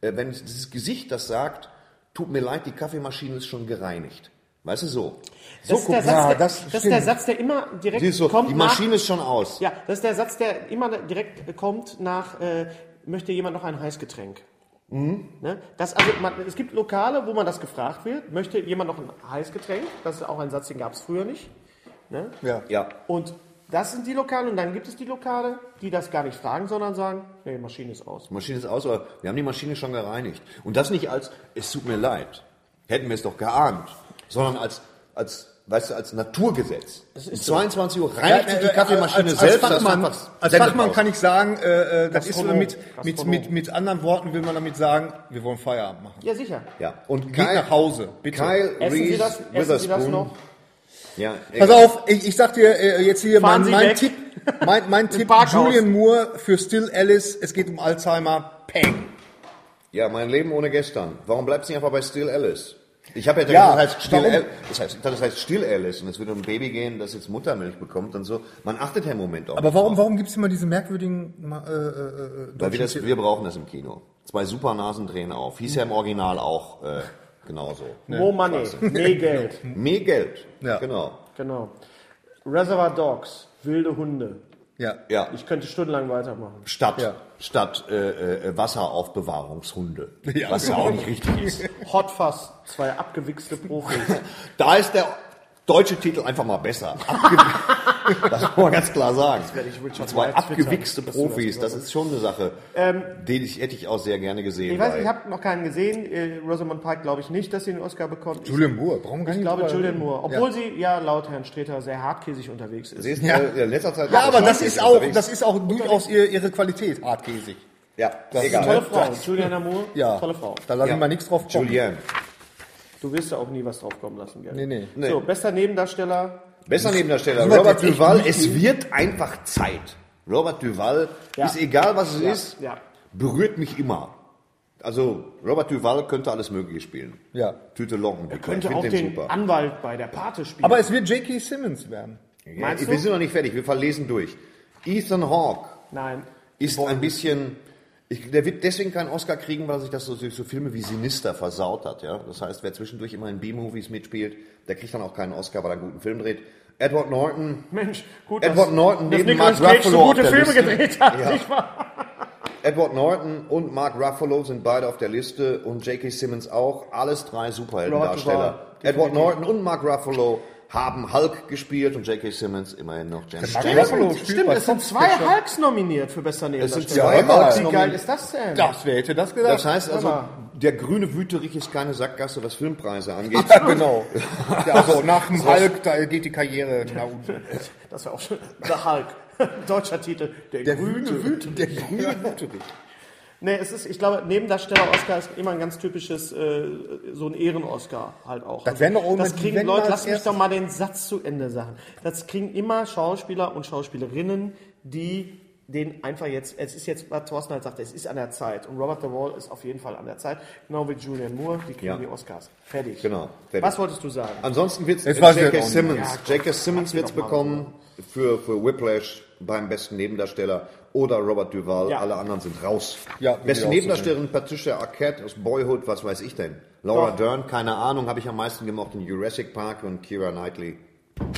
Äh, wenn es dieses Gesicht das sagt, tut mir leid, die Kaffeemaschine ist schon gereinigt. Weißt du, so.
Das, ist
gucken.
der,
Ja,
Satz, der,
das
das, ist der
stimmt.
Satz, der immer direkt
Sie ist so,
kommt
die
nach-
Maschine ist schon aus.
Ja, das ist der Satz, der immer direkt kommt nach, äh, möchte jemand noch ein Heißgetränk?
Mhm.
Ne? Das, also man, es gibt Lokale, wo man das gefragt wird, möchte jemand noch ein Heißgetränk? Das ist auch ein Satz, den gab es früher nicht. Ne?
Ja.
Ja.
Und das sind die Lokale und dann gibt es die Lokale, die das gar nicht fragen, sondern sagen, nee, Maschine ist aus.
Die Maschine ist aus, aber wir haben die Maschine schon gereinigt. Und das nicht als, es tut mir leid, hätten wir es doch geahnt, sondern als, als weißt du, als Naturgesetz. Um 22 Uhr reinigt sich die Kaffeemaschine
äh, als,
selbst.
Als Fachmann,
das ist einfach
als
Sendepause.
Fachmann kann ich sagen, äh, äh, das ist
Gastronom.
mit, mit,
Gastronom.
mit, mit anderen Worten will man damit sagen, wir wollen Feierabend machen.
Ja, sicher.
ja. Und
Geht nach Hause, bitte.
Kyle
Essen Sie
Reese
das, essen Sie das
Witherspoon.
noch?
Ja,
Pass
egal.
auf, ich, ich sag dir äh, jetzt hier
Fahren
mein,
Sie
mein
weg.
Tipp, mein, mein Tipp,
Parkhaus.
Julian Moore für Still Alice, es geht um Alzheimer, Peng.
Ja, mein Leben ohne gestern. Warum bleibst du nicht einfach bei Still Alice? Ich habe ja
Ja,
gedacht, das heißt Still
warum?
Alice. Das heißt, das heißt Still Alice und es wird um ein Baby gehen, das jetzt Muttermilch bekommt und so. Man achtet ja im Moment auch.
Aber
nicht
warum,
drauf.
warum gibt's immer diese merkwürdigen äh, äh, äh,
Weil wir,
deutschen
das, wir brauchen das im Kino. Zwei super Nasen drehen auf. Hieß ja im Original auch äh, genauso.
No money, nee Geld.
Mehr Geld.
Ja.
Genau.
Genau. Reservoir Dogs, wilde Hunde.
Ja.
Ja.
Ich könnte stundenlang weitermachen.
Statt,
Ja.
statt äh, äh, Wasseraufbewahrungshunde. was ja auch nicht richtig ist.
Hot Fuzz, zwei abgewichste Profis.
Da ist der deutsche Titel einfach mal besser. Abge- das muss man ganz klar sagen. Zwei
White twittern, dass du
abgewichste
das Ähm,
Profis, das ist schon eine Sache, den ich, hätte ich auch sehr gerne gesehen.
Ich weiß,
weil-
ich habe noch keinen gesehen. Äh, Rosamund Pike glaube ich nicht, dass sie den Oscar bekommt. Ich
Julian Moore, warum kann ich
glaube
drüber
Julian
reden?
Moore, obwohl sie ja laut Herrn Streter sehr hartkäsig unterwegs ist.
Sie ist,
Ja.
äh, in letzter Zeit
Ja, aber das
wahrscheinlich
ist auch,
unterwegs.
das ist auch durchaus ihr, ihre Qualität, hartkäsig.
ja,
das ist
egal.
Tolle Frau, Juliana Moore,
Ja.
tolle Frau.
Da lasse
Ja.
ich mal nichts drauf kommen.
Julien.
Du wirst ja auch nie was drauf kommen lassen, gell?
Nee, nee.
So, bester Nebendarsteller.
Besser Nebendarsteller,
Robert
Robert
Duval
Duval,
echt
es wird einfach Zeit. Robert Duval,
Ja.
ist egal was es
Ja,
ist,
ja.
berührt mich immer. Also, Robert Duval könnte alles Mögliche spielen.
Ja.
Tüte Locken. Er
Könnte auch den, Anwalt bei der Pate spielen.
Aber es wird J.K. Simmons werden.
Ja,
Meinst
wir
du?
sind noch nicht fertig, wir verlesen durch. Ethan Hawke
Nein.
ist ein bisschen. Ich, der wird deswegen keinen Oscar kriegen, weil sich das so, so Filme wie Sinister versaut hat. Ja? Das heißt, wer zwischendurch immer in B-Movies mitspielt, der kriegt dann auch keinen Oscar, weil er einen guten Film dreht. Edward Norton.
Mensch, gut,
Edward Norton
dass
neben
Nicolas
Mark
Cage so
Ruffalo
gute
auf
Filme
der Liste.
gedreht hat.
Ja.
Nicht wahr?
Edward Norton und Mark Ruffalo sind beide auf der Liste und J.K. Simmons auch. Alles drei
Robert
Superheldendarsteller.
Duvall,
Edward Norton und Mark Ruffalo haben Hulk gespielt und J.K. Simmons immerhin noch James
Mark
James.
Ruffalo spielt
Stimmt,
bei
es sind
Foxcatcher.
zwei Hulks nominiert für bester
zwei
Nebendarsteller.
Hulks
Wie geil
nominiert.
ist das denn?
Das, wer hätte das gedacht?
Das heißt also,
Aber-
der grüne Wüterich ist keine Sackgasse, was Filmpreise angeht. also
ja, genau. Ja, also nach dem Hulk, da geht die Karriere nach unten.
Das wäre auch schön. The Hulk. Deutscher Titel. Der, grüne Wüter.
Der grüne Wüterich.
Nee, es ist, ich glaube, Nebendarsteller Oscar ist immer ein ganz typisches, äh, so ein Ehren-Oscar halt auch.
Das werden doch irgendwann-
das kriegen
wenn
Leute,
mal
lass mich
erst-
doch mal den Satz zu Ende sagen. Das kriegen immer Schauspieler und Schauspielerinnen, die den einfach jetzt, es ist jetzt, was Thorsten halt sagte, es ist an der Zeit. Und Robert the Wall ist auf jeden Fall an der Zeit. Genau wie Julian Moore, die kriegen
Ja.
die Oscars. Fertig.
Genau, fertig.
Was wolltest du sagen?
Ansonsten wird
Jetzt weiß ich
J.K.
auch nicht.
Simmons. J.K. Simmons
mach die
wird es
doch mal.
bekommen für, für Whiplash beim besten Nebendarsteller oder Robert Duval.
Ja.
Alle anderen sind raus.
Ja, bin ich
Beste
auch
Nebendarstellerin Patricia Arquette aus Boyhood, was weiß ich denn? Laura
Doch.
Dern, keine Ahnung, habe ich am meisten gemocht in Jurassic Park und Kira Knightley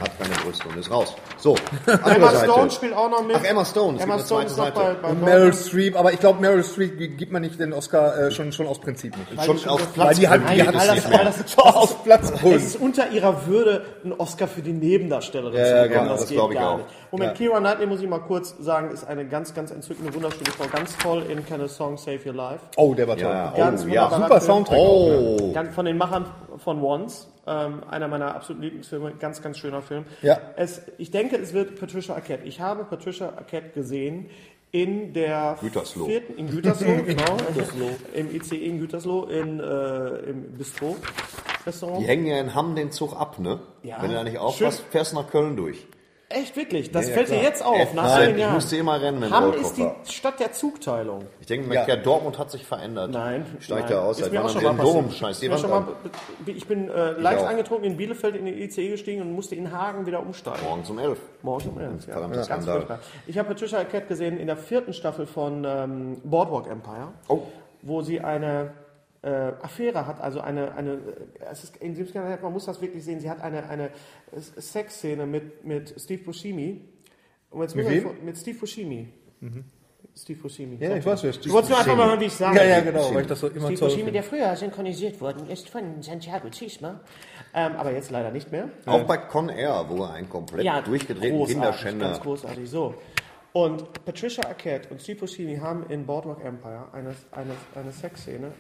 hat keine Brust und ist raus. So,
Emma
andere
Stone
Seite.
spielt auch noch mit.
Ach, Emma Stone, es
Emma
gibt
Stone
eine
ist noch
zweite
bei,
Seite.
bei
Meryl Streep, aber ich glaube, Meryl Streep gibt man nicht den Oscar äh, schon, schon aus Prinzip nicht.
Schon auf
Weil
Platz
die hat-
fünf
die
geht
hat
es
alles-
nicht
das,
mehr.
das, das,
Auf Platz
Es
fünf.
ist unter ihrer Würde, einen Oscar für die Nebendarstellerin
ja,
zu bekommen.
genau,
das
das
geht
glaub ich
gar
auch.
nicht. Moment, Keira Knightley, muss ich mal kurz sagen, ist eine ganz, ganz entzückende, wunderschöne Frau. Ganz toll in Can a Song Save Your Life.
Oh, der war toll.
Ja, oh,
Ganz
ja.
Super
wunderbarer Film.
Soundtrack. ne?
Oh,
Ganz von den Machern von Once, ähm, einer meiner absoluten Lieblingsfilme, ganz, ganz schöner Film.
Ja.
Es, ich denke, es wird Patricia Arquette. Ich habe Patricia Arquette gesehen in der
Gütersloh.
vierten, in Gütersloh, genau, im ICE in Gütersloh, in, äh, im Bistro.
Die
Restaurant.
hängen ja in Hamm den Zug ab, ne?
Ja.
Wenn du da nicht aufpasst,
Schön.
fährst du nach Köln durch.
Echt wirklich, das
Ja, ja,
fällt dir
klar.
jetzt auf,
Echt?
nach
Nein,
zehn
ich
Jahren.
musste immer rennen mit dem
Hamm
Rollkoffer.
ist die Stadt der Zugteilung.
Ich denke,
Ja.
ja. Dortmund hat sich verändert.
Nein.
Steigt
nein.
da aus,
Ist
seit
mir
wann
auch
haben
schon
die
mal
einen Dom?
passiert.
Scheiß
Ist mir
die Wand
schon mal,
an.
be- ich bin äh, leicht
auch.
angetrunken in Bielefeld in den ICE E gestiegen und musste in Hagen wieder umsteigen.
Morgens um elf.
Morgen um elf, ja.
verdammter
Ganz
Skandal.
furchtbar. Ich habe Patricia Arquette gesehen in der vierten Staffel von ähm, Boardwalk Empire,
Oh.
wo sie eine äh, Affäre hat, also eine, eine äh, es ist, in diesem Skandal, man muss das wirklich sehen, sie hat eine, eine äh, Sexszene mit, mit Steve Buscemi. Und jetzt
Mit
muss ich-
wem? Mhm.
mit Steve Buscemi. Steve Buscemi.
Ja,
Sag
ich
mal.
weiß, wer
Du wolltest nur einfach mal hören, wie ich sage.
Ja, ja, genau, weil ich das so immer
Steve
toll
Buscemi,
finde.
der früher synchronisiert worden ist von Santiago Ziesmer, ähm, aber jetzt leider nicht mehr.
Auch bei Con Air, wo er einen komplett durchgedrehten
großartig,
Kinderschänder.
Ganz großartig, so. Und Patricia Arquette und Steve Buscemi haben in Boardwalk Empire eine, eine, eine Sexszene,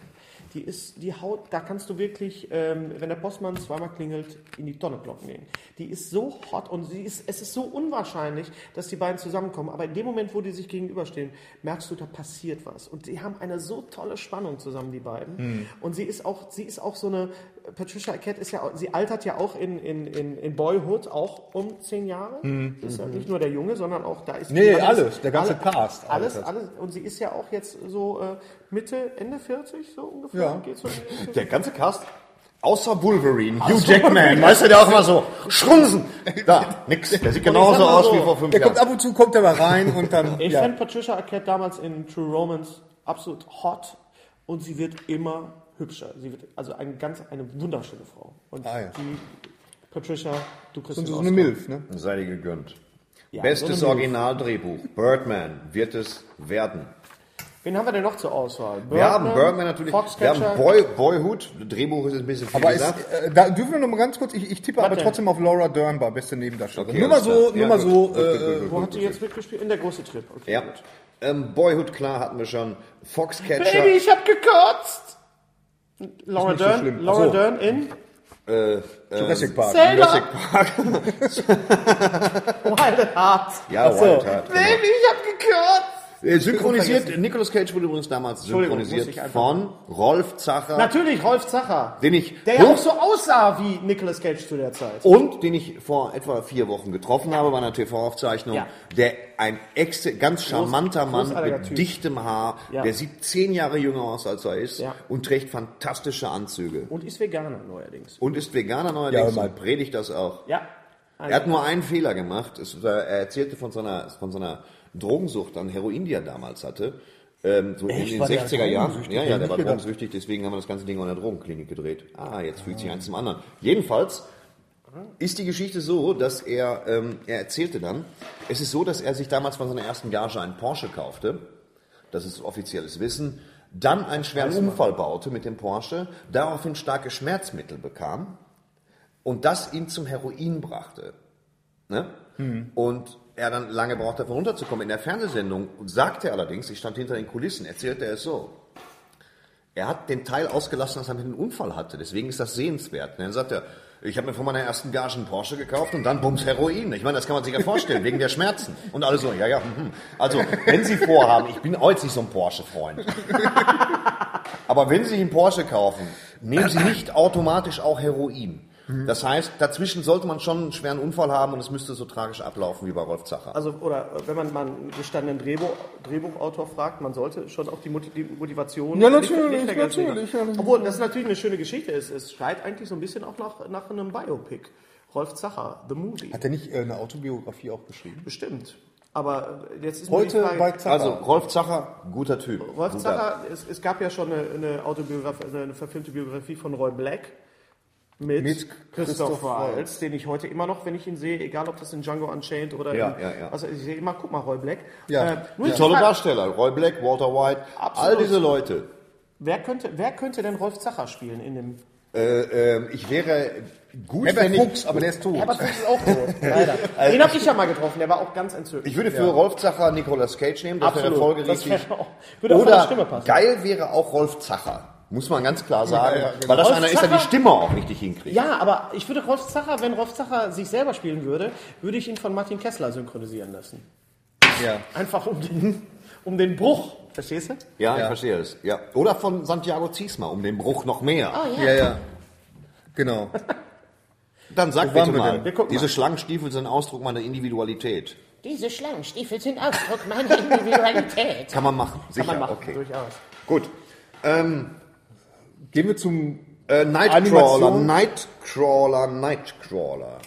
die ist, die haut, da kannst du wirklich, ähm, wenn der Postmann zweimal klingelt, in die Tonne kloppen gehen. Die ist so hot und sie ist, es ist so unwahrscheinlich, dass die beiden zusammenkommen, aber in dem Moment, wo die sich gegenüberstehen, merkst du, da passiert was. Und die haben eine so tolle Spannung zusammen, die beiden.
Hm.
Und sie ist auch, sie ist auch so eine, Patricia Arquette ist ja, auch- sie altert ja auch in, in, in, in Boyhood auch um zehn Jahre. Das ist ja nicht nur der Junge, sondern auch da ist
Mhm. Nee, alles, der ganze Cast
Alles,
altert.
alles. Und sie ist ja auch jetzt so äh, Mitte, Ende 40, so ungefähr.
Ja.
Geht so in die Richtung.
Der ganze Cast, außer Wolverine, Hugh Jackman, weißt du, der auch immer so, schrunzen. Da, nix. Der sieht
ich sag
genauso
mal
aus
so,
wie vor fünf
Der kommt
Jahren.
ab und zu, kommt er mal rein und dann.
Ich
ja.
fand Patricia Arquette damals in True Romance absolut hot und sie wird immer hübscher. Sie wird also eine ganz eine wunderschöne Frau. Und
Ah, ja.
die Patricia, du kriegst
Und
den
so eine
Oscar.
Milf, ne?
Sei dir gegönnt.
Ja,
Bestes
so eine Milf.
Originaldrehbuch. Birdman wird es werden.
Wen haben wir denn noch zur Auswahl?
Wir haben Birdman natürlich. Wir
Foxcatcher.
haben Boy, Boyhood. Drehbuch ist ein bisschen viel
Aber ist,
gesagt.
äh, da dürfen wir noch mal ganz kurz, ich, ich tippe aber
denn?
trotzdem auf Laura Dern bei beste Nebendarstellerin.
Okay,
nur mal
alles
so,
klar.
nur
Ja,
mal
gut.
so,
Gut, gut,
äh,
gut,
Wo
gut,
hat die
gut.
jetzt mitgespielt? In der große Trip. Okay,
Ja.
gut.
Ähm, Boyhood, klar, hatten wir schon. Foxcatcher.
Baby, ich hab gekotzt! Laura
nicht so
Dern,
schlimm.
Laura
Ach so.
Dern in
Jurassic
Park.
Sailor
Jurassic Park.
Wild Heart.
Ja,
so.
Wild Heart. genau.
Baby, ich hab gekotzt!
Äh, Synchronisiert, Nicolas Cage wurde übrigens damals
Entschuldigung,
synchronisiert
muss ich einfach-
von Rolf Zacher,
Natürlich, Rolf Zacher.
den ich
Der ja
hoch-
auch so aussah wie Nicolas Cage zu der Zeit.
und den ich vor etwa vier Wochen getroffen habe bei einer TV-Aufzeichnung,
Ja.
der ein ex ganz charmanter Mann
großartiger
mit
Typ.
dichtem Haar,
Ja.
der sieht zehn Jahre jünger aus, als er ist
Ja.
und trägt fantastische Anzüge
Und ist Veganer neuerdings.
und ist Veganer
Ja,
neuerdings
hör mal.
und predigt das auch.
Ja.
Also
Er hat nur einen Fehler gemacht. Es war, er erzählte von seiner, von seiner Drogensucht an Heroin, die er damals hatte. Ähm, so in den
war der
60er Jahren.
drogensüchtig?
Ja,
Hätte
ja, der
ich
war
gedacht.
drogensüchtig, deswegen haben wir das ganze Ding in der Drogenklinik gedreht. Ah, jetzt fühlt sich eins zum anderen. Jedenfalls ist die Geschichte so, dass er, ähm, er erzählte dann, es ist so, dass er sich damals von seiner ersten Gage einen Porsche kaufte. Das ist offizielles Wissen. Dann einen schweren Unfall baute mit dem Porsche, daraufhin starke Schmerzmittel bekam und das ihn zum Heroin brachte. Ne? Und er dann lange braucht, davon runterzukommen. In der Fernsehsendung sagte er allerdings, ich stand hinter den Kulissen, erzählte er es so. Er hat den Teil ausgelassen, dass er mit einem Unfall hatte. Deswegen ist das sehenswert. Und dann sagt er, Ich habe mir vor meiner ersten Gage einen Porsche gekauft und dann bums Heroin. Ich meine, das kann man sich ja vorstellen, wegen der Schmerzen. Und alle so, ja, ja. mhm. Also, wenn Sie vorhaben, ich bin auch jetzt nicht so ein Porsche-Freund. Aber wenn Sie einen Porsche kaufen, nehmen Sie nicht automatisch auch Heroin. Das heißt, dazwischen sollte man schon einen schweren Unfall haben und es müsste so tragisch ablaufen wie bei Rolf Zacher.
Also, oder äh, wenn man mal einen gestandenen Drehbuch, Drehbuchautor fragt, man sollte schon auch die, Moti- die Motivation.
Ja, natürlich,
nicht vergessen.
natürlich, ja.
Obwohl, das ist natürlich eine schöne Geschichte. Es, es schreit eigentlich so ein bisschen auch nach, nach einem Biopic. Rolf Zacher, The Movie.
Hat er nicht äh, eine Autobiografie auch geschrieben?
Bestimmt. Aber äh, jetzt ist mir
Heute
die Frage,
bei Zacher.
Also, Rolf Zacher, guter Typ.
Rolf
Guter.
Zacher, es, es gab ja schon eine, eine Autobiografie, also eine verfilmte Biografie von Roy Black mit,
Mit Christoph
Christoph
Waltz.
Waltz, den ich heute immer noch, wenn ich ihn sehe, egal ob das in Django Unchained oder
Ja,
in,
ja, ja.
also ich sehe immer, guck mal, Roy Black. Äh,
Ja.
nur die
Tolle
Frage,
Darsteller. Roy Black, Walter White, all
Absolut.
diese Leute.
wer könnte, wer könnte denn Rolf Zacher spielen in dem?
Ähm, ich wäre gut,
Herbert
wenn ich,
Fuchs, aber der ist tot.
Herbert Fuchs ist auch tot, leider. Den habe ich ja mal getroffen, der war auch ganz entzückend.
Ich würde für Rolf Zacher Nicolas Cage nehmen, das wäre
das
folgerichtig.
wäre auch, würde auch von der Stimme
Oder
passen.
geil wäre auch Rolf Zacher. Muss man ganz klar sagen.
Ja, ja, genau.
Weil das
Rolf
einer ist, der die
Zacher-
Stimme auch richtig hinkriegt.
Ja, aber ich würde Rolf Zacher, wenn Rolf Zacher sich selber spielen würde, würde ich ihn von Martin Kessler synchronisieren lassen.
Ja.
Einfach um den, um den Bruch. Verstehst du?
Ja, ich
Ja.
verstehe es. Ja. Oder von Santiago Ziesma, um den Bruch noch mehr.
Oh, Ja, ja. Genau.
Dann
Wo waren
sag bitte
wir
mal,
denn?
Wir gucken
diese
mal.
Schlangenstiefel sind Ausdruck meiner Individualität.
Diese Schlangenstiefel sind Ausdruck meiner Individualität.
Kann man machen, sicher.
Kann man machen,
Okay.
durchaus.
Gut.
Gehen wir zum
Äh, Nightcrawler,
Animation?
Nightcrawler, Nightcrawler.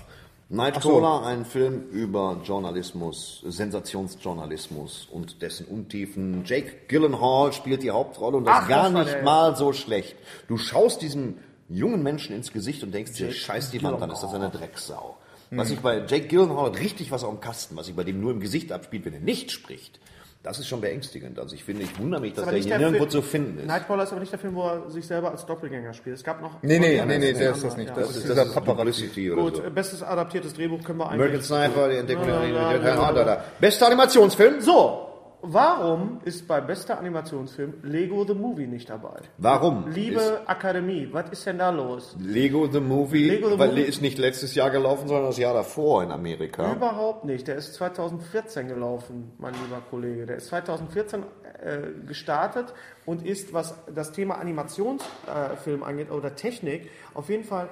Nightcrawler, ein Film über Journalismus, Sensationsjournalismus und dessen Untiefen. Jake Gyllenhaal spielt die Hauptrolle und das
Ach,
gar
das war
nicht
der, ja.
mal so schlecht. Du schaust diesem jungen Menschen ins Gesicht und denkst dir, scheiß die Wand an, ist das eine Drecksau. Was ich bei Jake Gyllenhaal hat richtig was am Kasten, was ich bei dem nur im Gesicht abspielt, wenn er nicht spricht. Das ist schon beängstigend. Also ich finde, ich wundere mich, dass der hier nirgendwo zu finden ist.
Nightcrawler ist aber nicht der Film, wo er sich selber als Doppelgänger spielt. Es gab noch.
Nee, nee,
Ja,
nee, nee, der ist das
andere,
nicht.
ja.
Das ist dieser Paparazzi.
Publicity oder
Gut,
so.
äh, bestes adaptiertes Drehbuch können wir
American
eigentlich.
Also. Sniper, die Entdeckung der
Ja, ja,
Realität.
ja, ja.
Ah, da, da. Bester Animationsfilm?
So, warum ist bei bester Animationsfilm Lego the Movie nicht dabei?
Warum?
Liebe Akademie, was ist denn da los?
Ist Lego the Movie,
Lego the
weil
Movie-
ist nicht letztes Jahr gelaufen, sondern das Jahr davor in Amerika.
Überhaupt nicht. Der ist 2014 gelaufen, mein lieber Kollege. Der ist 2014 äh, gestartet und ist, was das Thema Animationsfilm äh, Film angeht oder Technik, auf jeden Fall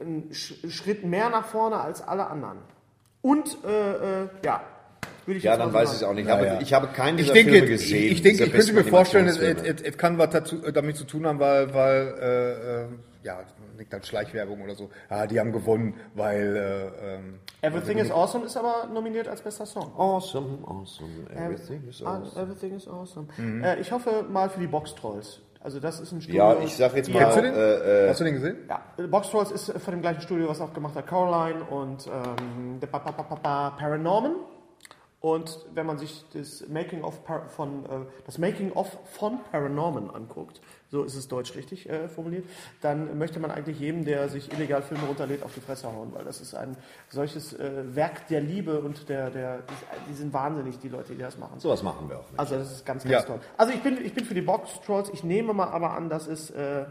ein Sch Schritt mehr nach vorne als alle anderen. Und, äh, äh, ja, würde ich
ja,
jetzt
dann
mal so
weiß ich es auch
sagen.
nicht. Ich habe- Ich habe keinen
Ich
dieser
denke,
Filme
ich,
gesehen.
ich, denke,
dieser
ich könnte mir
besten
vorstellen, es
Animationsfilme.
es- es kann was dazu, äh, damit zu tun haben, weil, weil äh, äh, ja, liegt halt Schleichwerbung oder so. Ah, die haben gewonnen, weil äh, ähm,
Everything is Awesome ist aber nominiert als bester Song.
Awesome, awesome, everything is
Ah,
awesome. Mhm.
Everything is Awesome. Äh, ich hoffe mal für die Box-Trolls. Also das ist ein Studio...
Ja, ich sag jetzt
die-
mal,
Kennst du den?
äh, äh,
Hast du den gesehen?
Ja, Box Trolls ist äh, von dem gleichen Studio, was auch gemacht hat Caroline und ähm, der pa -pa -pa -pa -pa Paranorman. Und wenn man sich das Making of Par- von äh, das Making of von Paranorman anguckt, so ist es deutsch richtig äh, formuliert, dann möchte man eigentlich jedem, der sich illegal Filme runterlädt, auf die Fresse hauen, weil das ist ein solches äh, Werk der Liebe und der der die sind wahnsinnig die Leute, die das machen.
Sowas machen wir auch nicht.
Also das ist ganz, ganz
Ja.
toll. Also ich bin, ich bin für die Box Trolls. Ich nehme mal aber an, das ist äh,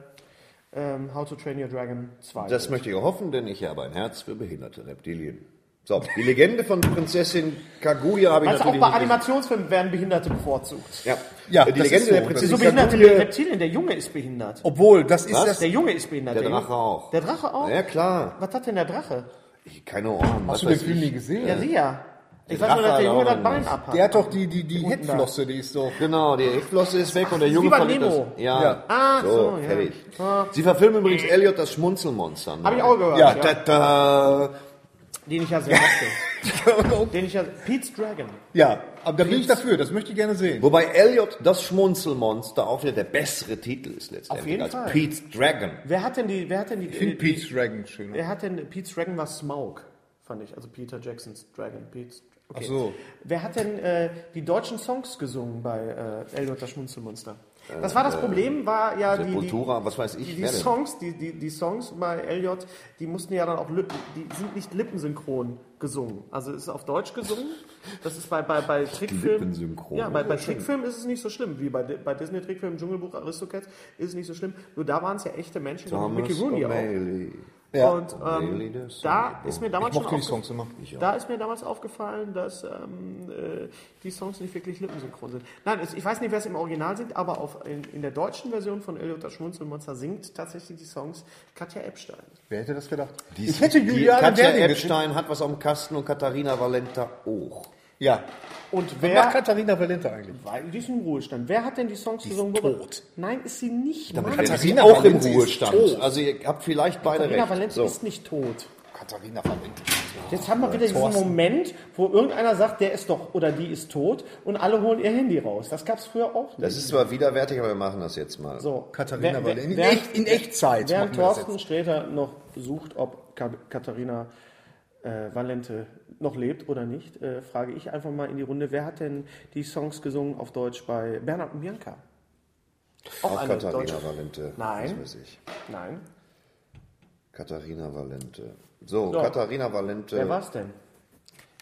ähm, How to Train Your Dragon 2.
Das möchte ich auch hoffen, denn ich habe ein Herz für behinderte Reptilien. So, die Legende von Prinzessin Kaguya habe ich
Weißt du, Also, auch
natürlich
bei
nicht gesehen.
Animationsfilmen werden Behinderte bevorzugt.
Ja,
Ja,
die
das
Legende
ist so.
der
Das
So
Prinzessin
behinderte
Kaguya.
Reptilien, der Junge ist behindert.
Obwohl, das ist das.
Der Junge ist behindert.
Der
Junge-
Drache auch.
Der Drache auch?
Ja, klar.
Was hat denn der Drache?
Ich- Keine Ahnung.
Hast
was
du den
weiß
Film
ich.
nie gesehen?
Ja, Ria. Ich weiß
Drache
nur, dass
hat
der Junge
auch
das Bein
irgendwas.
abhat.
Der hat doch die, die, die Heckflosse, die ist doch.
Genau, die Heckflosse ist weg und der
ist
Junge
wie bei
verliert das.
Nemo.
Ja.
Ja.
Ah,
so,
so, ja.
fertig. Sie verfilmen übrigens Elliot das Schmunzelmonster. ne?
Hab ich auch gehört.
Ja,
Ja.
da, da.
Den ich ja sehr mochte. Den ich ja... Pete's Dragon.
Ja, aber da bin ich dafür, das möchte ich gerne sehen.
Wobei Elliot das Schmunzelmonster auch wieder der bessere Titel ist letztendlich
Auf jeden
als
Fall.
Pete's Dragon.
Wer hat denn die... Wer hat denn die...
Ich finde
die-
Pete's Dragon schöner.
Wer hat denn, Pete's Dragon war Smaug, fand ich, also Peter Jacksons Dragon, Pete's okay.
Ach so.
Wer hat denn äh, die deutschen Songs gesungen bei äh, Elliot das Schmunzelmonster? Das war das Problem, war ja die, die,
Äh, Sepultura, was weiß ich,
die, die
wer denn?
Songs, die, die, die Songs bei Elliot, die mussten ja dann auch, lip- die sind nicht lippensynchron gesungen. Also es ist auf Deutsch gesungen, das ist bei, bei, bei Trickfilmen,
Lippensynchron,
ja, bei, bei
ja, schön.
Trickfilmen ist es nicht so schlimm, wie bei, Di- bei Disney-Trickfilmen, Dschungelbuch, Aristocats ist es nicht so schlimm, nur da waren es ja echte Menschen, so wie Mickey Rooney auch.
O'Malley.
Ja.
Und ähm, da ist mir damals
Ich mochte
schon
die Songs immer.
aufge- Da ist mir damals aufgefallen, dass ähm, äh, die Songs nicht wirklich lippensynchron sind. Nein, es, ich weiß nicht, wer es im Original singt, aber auf, in, in der deutschen Version von Elliot das Schmunzelmonster singt tatsächlich die Songs Katja Epstein.
Wer hätte das gedacht?
Die,
ich hätte
die
Juliane
Katja
Berling
Epstein hat was auf dem Kasten und Katharina Valenta auch.
Ja.
Und
Wer macht
wer...
Katharina Valente eigentlich?
Weil die ist im Ruhestand. Wer hat denn die Songs gesungen?
tot.
Nein, ist sie nicht. Mann.
Katharina
Sie auch im
Valente ist tot.
Ruhestand. Also ihr habt vielleicht beide
Katharina
recht.
Valente
so.
ist nicht tot.
Oh, Katharina Valente.
Jetzt haben wir wieder diesen Moment, wo irgendeiner sagt, der ist doch oder die ist tot und alle holen ihr Handy raus. Das gab es früher auch nicht.
Das ist zwar widerwärtig, aber wir machen das jetzt mal.
So,
Katharina
wer-
Valente. In
wer-
echt- in Echtzeit
Während
machen wir das
Thorsten Sträter noch sucht, ob Ka Katharina äh, Valente noch lebt oder nicht, äh, frage ich einfach mal in die Runde, wer hat denn die Songs gesungen auf Deutsch bei Bernhard und Bianca? Auch,
Auch
eine
Katharina
deutsche-
Valente.
Nein.
Das weiß ich.
Nein.
Katharina Valente. So,
So.
Katharina Valente.
Wer war's denn?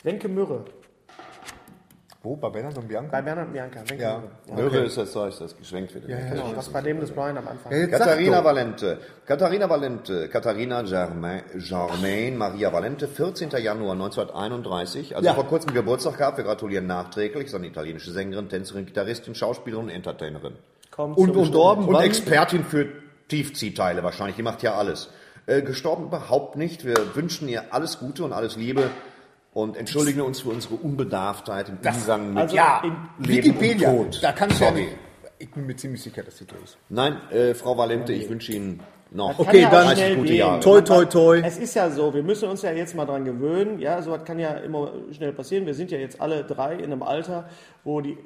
Wenke Mürre.
Wo? Bei Bernhard und Bianca?
Bei Bernhard und Bianca. Wenke
Ja.
Mürre.
Möhre ist das, sag ich, das geschwenkt wird.
Genau, das war dem des Brian am Anfang.
jetzt
Katharina
sag doch.
Valente. Katharina Valente. Katharina Germain, Germain Maria Valente, 14. Januar 1931. Also
Ja.
vor kurzem Geburtstag gehabt. Wir gratulieren nachträglich. Seine italienische Sängerin, Tänzerin, Gitarristin, Schauspielerin, Entertainerin.
Kommt
Und,
zum
und, und,
wann?
Expertin für Tiefziehteile wahrscheinlich. Die macht ja alles. Äh, gestorben überhaupt nicht. Wir wünschen ihr alles Gute und alles Liebe. Und entschuldigen uns für unsere Unbedarftheit im Umgang mit
also
Ja,
in
Leben
Wikipedia.
und Tod.
Da kannst du ja
Sorry.
nicht. Ich bin mir ziemlich sicher, dass sie tot ist.
Nein, äh, Frau Valente, ich wünsche Ihnen noch
Kann
Okay,
auch
dann-
schnell
gute
gehen.
Jahre.
Toi, toi, toi.
Es ist ja so, wir müssen uns ja jetzt mal dran gewöhnen. Ja, sowas kann ja immer schnell passieren. Wir sind ja jetzt alle drei in einem Alter, wo die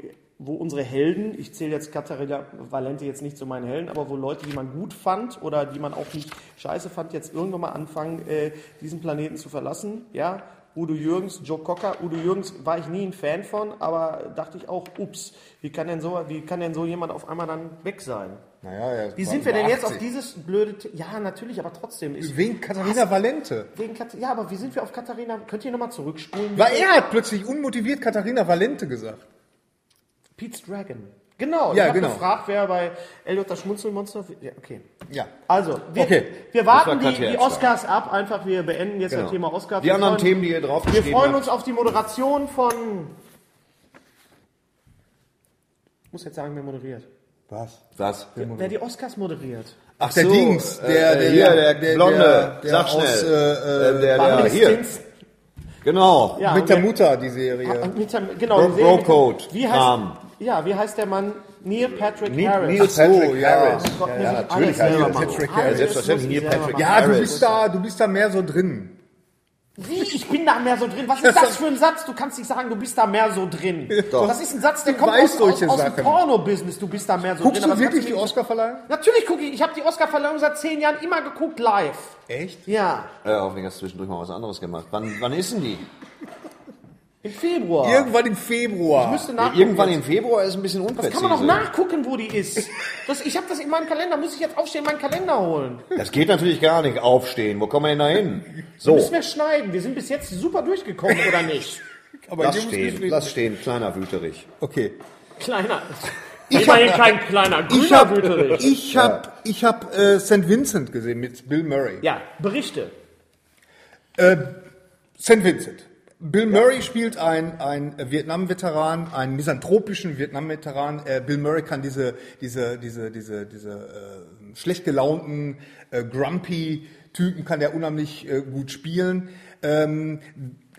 wo unsere Helden, ich zähle jetzt Katharina Valente jetzt nicht zu meinen Helden, aber wo Leute, die man gut fand oder die man auch nicht scheiße fand, jetzt irgendwann mal anfangen, äh, diesen Planeten zu verlassen. Ja, Udo Jürgens, Joe Cocker. Udo Jürgens war ich nie ein Fan von, aber dachte ich auch, ups, wie kann denn so, wie kann denn so jemand auf einmal dann weg sein?
Naja, ja.
Wie sind wir denn jetzt auf dieses blöde. The- Ja, natürlich, aber trotzdem ist.
Wegen Katharina Valente.
Wegen Kat ja, aber wie sind wir auf Katharina? Könnt ihr nochmal zurückspulen?
Weil er hat plötzlich unmotiviert Katharina Valente gesagt.
Pete's Dragon.
Ja,
Genau, ich hab
genau.
gefragt, wer bei Elliot das Schmunzelmonster. Ja, okay.
Ja.
Also, wir,
Okay.
wir
war
warten die,
Katja
die
jetzt da.
Oscars ab. Einfach, wir beenden jetzt das Thema Oscars.
Die
Wir
anderen
freuen-
Themen, die ihr
Wir
draufgeschrieben
freuen
habt.
uns auf die Moderation von. Ich muss jetzt sagen, wer moderiert.
Was?
Was?
Wer die Oscars moderiert.
Ach, der
So,
Dings.
äh,
Der,
äh,
der,
hier, der,
der-
Blonde.
der- der
Sag
aus,
schnell.
äh, äh,
Äh, der, der,
Beamtes
hier.
Dienst-
Genau.
Ja,
mit
und
der
wer-
Mutter, die Serie.
Ah, Mit seinem, genau,
Bro-
die Serie mit dem-
Brocode,
Wie
Kram.
heißt, ja, wie heißt der Mann? Neil Patrick
Neil-
Harris.
Neil Patrick Harris.
Gott, muss ich alles
natürlich heißt
selber
er
machen.
Patrick
Alles
Harris.
Selbstverständlich,
muss ich
Neil
selber
Patrick
machen.
Ja, du
Harris.
bist da, du bist da mehr so drin.
Wie? Ich bin da mehr so drin. Was ist das für ein Satz? Du kannst nicht sagen, du bist da mehr so drin.
Doch.
Das ist ein Satz, der
Du
kommt
weißt
aus, aus,
solche
aus dem
Sachen.
Porno-Business. Du bist da mehr so
Guckst
drin.
du
aber das
wirklich
kannst
die
nicht-
Oscarverleihung?
Natürlich gucke ich. Ich habe die Oscar-Verleihung seit zehn Jahren immer geguckt live.
Echt?
Ja,
Äh, hoffentlich hast du zwischendurch mal was anderes gemacht. Wann, wann ist denn die?
im Februar.
Irgendwann im Februar.
Müsste nachgucken
Irgendwann
jetzt.
im Februar ist ein bisschen unpräzise.
Kann man auch nachgucken, wo die ist. Das, ich habe das in meinem Kalender. Muss ich jetzt aufstehen, meinen Kalender holen?
Das geht natürlich gar nicht. Aufstehen. Wo kommen wir denn da hin? So.
Müssen wir schneiden. Wir sind bis jetzt super durchgekommen, oder nicht?
Aber
Lass
hier muss
stehen.
geschrieben-
Lass stehen. Kleiner Wüterich.
Okay.
Kleiner. Immerhin kein kleiner,
Ich hab,
grüner Wüterich.
ich hab, ich hab äh, St. Vincent gesehen mit Bill Murray.
Ja, Berichte.
St. Äh, Vincent. Bill Murray spielt ein, ein Vietnam-Veteran, einen misanthropischen Vietnam-Veteran. Äh, Bill Murray kann diese, diese, diese, diese, diese äh, schlecht gelaunten, äh, grumpy Typen kann der unheimlich äh, gut spielen. Ähm,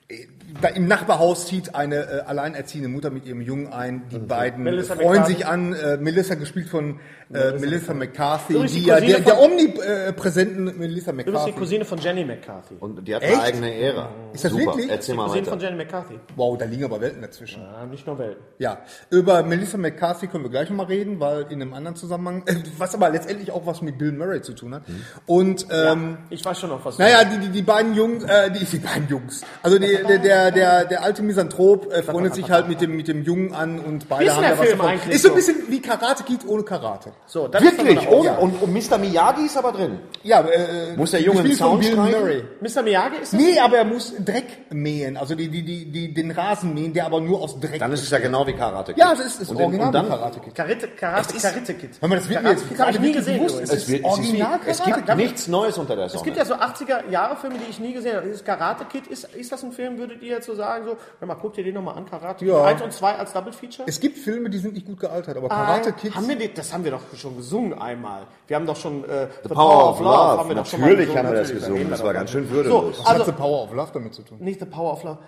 äh, da Im Nachbarhaus zieht eine äh, alleinerziehende Mutter mit ihrem Jungen ein. Die beiden
Mhm. Melissa
freuen
McCarthy.
sich an. Äh, Melissa gespielt von äh, Melissa McCarthy,
Übrigens die
die ja
Cousine
der, der
von-
omnipräsenten Melissa
Du bist die
McCarthy.
Cousine von Jenny McCarthy.
Oh,
Und die hat
Echt?
eine eigene Ära.
Ist das
Super.
wirklich?
Erzähl mal
Cousine von
weiter.
Jenny McCarthy.
Wow, da liegen aber Welten dazwischen.
Ja, nicht nur Welt.
Ja, über Melissa McCarthy können wir gleich nochmal reden, weil in einem anderen Zusammenhang, äh, was aber letztendlich auch was mit Bill Murray zu tun hat.
Mhm.
Und ähm,
Ich weiß schon noch was.
naja, die, die, die beiden Jungen, äh, die, die beiden Jungs, also die, der, der, der, der, der alte Misanthrop äh, freundet sich halt mit dem, mit dem Jungen an und beide
Ist
haben
der
da was
Film
davon.
eigentlich
Ist so ein
so?
bisschen wie Karate Kid ohne Karate.
So, das
Wirklich?
ist
Oh,
doch
Ja.
und, und Mr. Miyagi ist aber drin.
Ja, äh,
Muss der Junge
gespielt
einen
von
Sound
Bill
schreien?
Murray.
Mr. Miyagi ist das?
Nee, aber er muss Dreck mähen, also die, die, die, die, den Rasen mähen, der aber nur aus Dreck
Dann ist es ja genau wie Karate Kid.
Ja, das ist das
und den-
Original
und dann,
Karate Kid.
Karate, Karate, Karate Kid.
Hör mal, das wird mir
Karate
jetzt
Kid habe ich nie
wirklich
gesehen.
bewusst.
übrigens.
Es, wird,
Das
es,
ist
ist wie,
Original
es
Karate
gibt
Kid.
nichts Neues unter der Sonne.
Es gibt ja so 80er-Jahre-Filme, die ich nie gesehen habe. Dieses Karate Kid, ist, ist das ein Film, würdet ihr jetzt so sagen, so, hör mal, guck dir den nochmal an, Karate Kid
Ja.
1 und 2 als Double Feature?
Es gibt Filme, die sind nicht gut gealtert, aber Karate Kids.
Äh, Haben wir die, das haben wir doch schon gesungen einmal. Wir haben doch schon äh, The,
Power of Love.
haben wir doch schon mal
Natürlich
gesungen,
haben wir das
natürlich.
gesungen. Das war ganz schön
So,
würdelos.
was
also
hat The Power of Love damit zu tun?
nicht The Power of Love,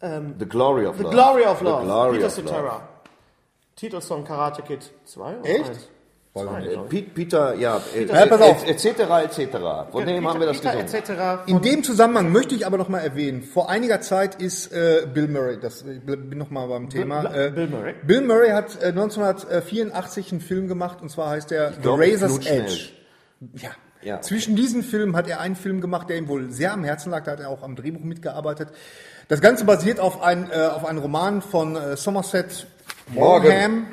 the Glory of
The
Love.
Glory of
The
Love,
Glory
Peter
of Love.
Cetera. Titelsong Karate Kid 2 oder
Echt?
1?
Äh, Pete- Peter, ja, Peter,
Ja, pass auf.
etc. etc. Von dem haben wir das gesungen.
etc.
In dem Zusammenhang möchte ich aber nochmal erwähnen, vor einiger Zeit ist äh, Bill Murray, das, ich bl- bin nochmal beim Thema. äh,
Bill Murray?
Bill Murray hat äh, 1984 einen Film gemacht und zwar heißt der
glaub,
The Razor's
Knutschnell.
Edge. Ja.
Ja.
Zwischen diesen Filmen hat er einen Film gemacht, der ihm wohl sehr am Herzen lag, da hat er auch am Drehbuch mitgearbeitet. Das Ganze basiert auf, ein, äh, auf einem Roman von äh, Somerset
Morgan.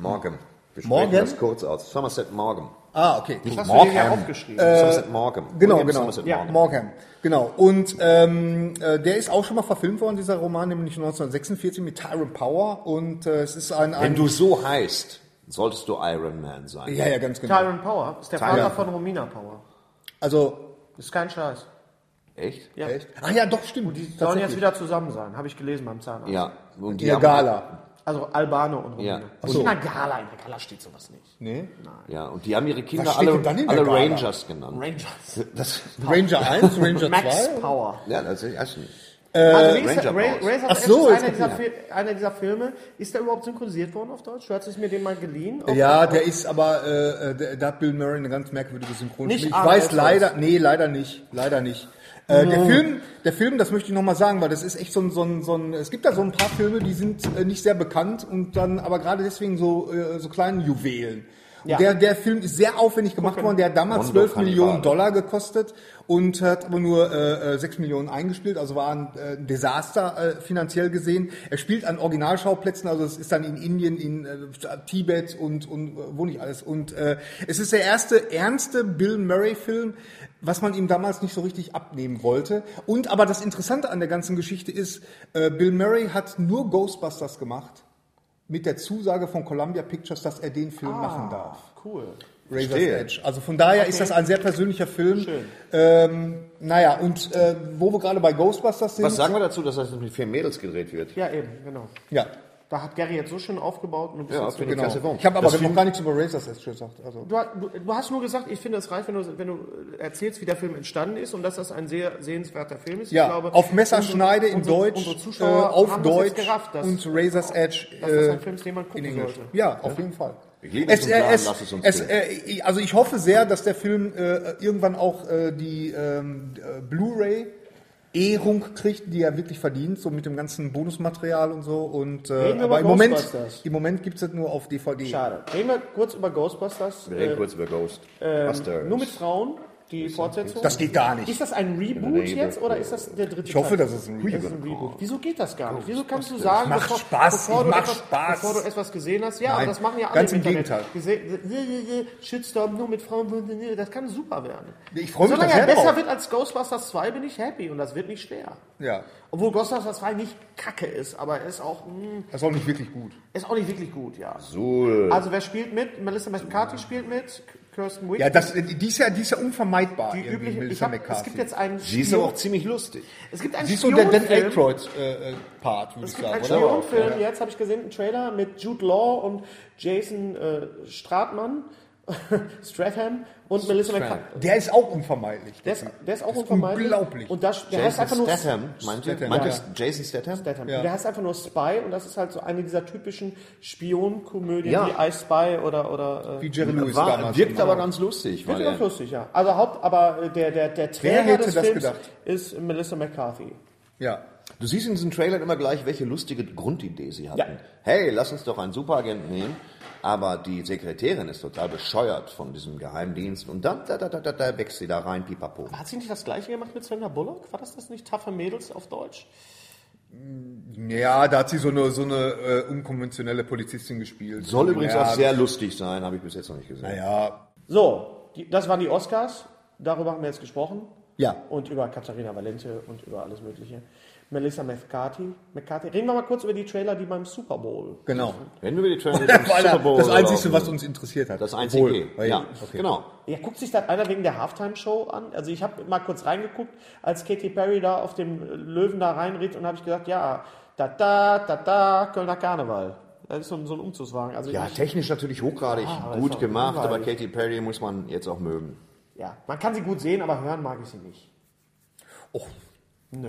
Maugham.
Morgan. Wir sprechen
Morgan?
das kurz aus. Somerset Morgan.
Ah, okay.
Nicht
hast du dir ja
Morgan.
aufgeschrieben.
Somerset Morgan.
Genau,
William
genau.
Somerset
Ja,
Maugham.
Morgan. Genau. Und ähm, äh, der ist auch schon mal verfilmt worden, dieser Roman, nämlich 1946 mit Tyrone Power. Und äh, es ist ein.
Wenn
ein
du so heißt, solltest du Iron Man sein.
ja, ja, ganz genau.
Tyron Power ist der Vater von Romina Power.
Also,
Ist kein Scheiß.
Echt?
Ja.
echt? Ach ja, doch, stimmt.
Die sollen jetzt
Tatsächlich.
wieder zusammen sein, habe ich gelesen beim Zahnarzt.
Ja. Und die
Ihr
haben-
Gala.
Also Albano und Romina.
Ja.
Und in der Gala, in der Gala steht sowas nicht.
Nee.
Ja, und die haben ihre
Was
Kinder
steht
alle,
denn dann in der
alle
Gala?
Rangers genannt.
Rangers.
Das,
Ranger 1, Ranger
Max
2.
Power.
ja, das ist echt
Äh,
also wie ist
Ranger
der, Ray,
Powers.
Razor's
Ach
Edge
so,
ist
ist
einer
das-
dieser,
ja.
Fil- einer dieser Filme. Ist der überhaupt synchronisiert worden auf Deutsch? Du hattest mir den mal geliehen. Auf-
Ja, der ist aber, äh, äh, der, da hat Bill Murray eine ganz merkwürdige Synchronstimme.
Nicht
Ich
Arnold
weiß leider, nee, leider nicht, leider nicht. Äh, der Film, der Film, das möchte ich nochmal sagen, weil das ist echt so ein, so ein, so ein, es gibt da so ein paar Filme, die sind äh, nicht sehr bekannt und dann aber gerade deswegen so, äh, so kleinen Juwelen. Und
Ja.
der, der Film ist sehr aufwendig gemacht worden, der hat damals
Mondo
12 Millionen
Cannibale.
Dollar gekostet und hat aber nur äh, äh, 6 Millionen eingespielt, also war ein äh, ein Desaster äh, finanziell gesehen. Er spielt an Originalschauplätzen, also es ist dann in Indien, in äh, Tibet und, und äh, wo nicht alles. Und äh, es ist der erste ernste Bill Murray-Film, was man ihm damals nicht so richtig abnehmen wollte. Und aber das Interessante an der ganzen Geschichte ist, äh, Bill Murray hat nur Ghostbusters gemacht mit der Zusage von Columbia Pictures, dass er den Film machen darf.
Cool.
Razor's
Verstehe.
Edge. Also von daher ist das ein sehr persönlicher Film. Ähm, naja, und äh, wo wir gerade bei Ghostbusters sind.
Was sagen wir dazu, dass das mit vier Mädels gedreht wird?
Ja, eben, genau.
Ja,
Da hat Gary jetzt so schön aufgebaut. Und du, bist
Ja,
jetzt
finde
genau.
Klasse Wong.
Ich habe aber
Das
noch gar nichts über Razor's Edge gesagt. Also.
du, hast- du, du hast nur gesagt, ich finde es reich, wenn du, wenn du erzählst, wie der Film entstanden ist und dass das ein sehr sehenswerter Film ist.
Ja,
ich glaube,
auf Messerschneide
unsere-
in Deutsch,
Unsere Zuschauer
äh, auf
haben das
Deutsch
jetzt gerafft, dass,
und Razor's Edge
dass das
äh,
ein Film ist, den man
in
gucken
Englisch.
sollte.
Ja, auf jeden Fall.
Geben
Es,
es uns
äh,
Namen,
es,
lass es uns
es,
gehen.
äh, ich- also ich hoffe sehr, dass der Film äh, irgendwann auch äh, die ähm, d- äh, Blu-ray Ehrung kriegt, die er wirklich verdient, so mit dem ganzen Bonusmaterial und so. Und äh,
Reden wir
aber
über
im Moment,
Ghostbusters.
im Moment gibt's das nur auf DVD.
Schade. Reden wir kurz über Ghostbusters.
Wir reden kurz über Ghost.
äh, nur mit Frauen, die Fortsetzung.
Das geht gar nicht.
Ist das ein Reboot jetzt oder ist das der dritte
Ich hoffe, dass es ein
Reboot
Reboot
ist. Das ist ein Reboot. Wieso geht das gar nicht? Wieso kannst du sagen,
Macht Spaß,
bevor, du
macht
etwas,
Spaß.
bevor du etwas gesehen hast? Ja,
Nein,
aber das machen ja alle
ganz im
Internet.
Gegenteil.
Gese- Shitstorm nur mit Frauen, das kann super werden.
Ich freu mich
Solange
da sehr
er besser
drauf.
wird als Ghostbusters 2, bin ich happy und das wird nicht schwer.
Ja,
Obwohl Ghostbusters 2 nicht kacke ist, aber er ist auch, mh,
das ist auch nicht wirklich gut.
ist auch nicht wirklich gut, ja.
Suhl.
Also wer spielt mit? Melissa McCarthy spielt mit, Kirsten Wick.
Ja, das, äh, die, ist ja, die ist ja unvermeidbar.
die
irgendwie,
übliche, ich
Melissa
hab, es
McCarthy.
gibt jetzt einen
Sie ist aber auch ziemlich lustig.
Es gibt einen
Siehst du, der Dan
Spionenfilm.
Aykroyd-Part, äh, äh, Part, würde ich
Es gibt einen
sagen, oder?
Spionenfilm, jetzt habe ich gesehen, einen Trailer mit Jude Law und Jason äh, Stratmann, Stratham und Melissa McCarthy.
Der ist auch unvermeidlich.
Der ist, der ist auch
ist
unvermeidlich.
unglaublich.
Und das, der heißt einfach nur
Statham, meinte,
Statham,
meinte
ja.
es Jason Statham?
Statham. Und Der heißt einfach nur Spy und das ist halt so eine dieser typischen Spionenkomödien
Ja.
wie I Spy oder oder. Äh,
Wie Jerry Lewis
War,
damals.
wirkt
gemacht.
aber ganz lustig.
wird
Weil
ganz
er,
lustig, ja. Also Haupt, aber äh, der der der Träger
hätte
des
das
Films
gedacht?
ist Melissa McCarthy.
Ja.
du siehst in diesen Trailern immer gleich, welche lustige Grundidee sie hatten.
Ja.
Hey, lass uns doch einen Superagenten nehmen. Aber die Sekretärin ist total bescheuert von diesem Geheimdienst. Und dann da, da, da, da, da wächst sie da rein, pipapo.
Hat sie nicht das gleiche gemacht mit Sandra Bullock? War das das nicht Taffe Mädels auf Deutsch?
Ja, da hat sie so eine, so eine äh, unkonventionelle Polizistin gespielt.
Soll übrigens
Oh, ja,
auch sehr lustig sein, habe ich bis jetzt noch nicht gesehen.
Naja,
So, die, das waren die Oscars. Darüber haben wir jetzt gesprochen.
ja.
Und über Katharina Valente und über alles Mögliche. Melissa McCarthy. McCarthy. Reden wir mal kurz über die Trailer, die beim Super Bowl.
Genau.
Wenn du über die Trailer
Weil das Einzige, was uns interessiert hat.
Das Einzige,
Obwohl,
ja, genau.
Ja, guckt sich da einer wegen der Halftime-Show an? Also ich habe mal kurz reingeguckt, als Katy Perry da auf dem Löwen da reinritt und habe ich gesagt, ja, da da, da da, Kölner Karneval. Das ist so ein, so ein Umzugswagen. Also
Ja,
ich,
technisch natürlich hochgradig
Ah,
aber ist
gut
doch
gemacht, aber
langweilig.
Katy Perry muss man jetzt auch mögen.
ja, man kann sie gut sehen, aber hören mag ich sie nicht.
Och.
Nö.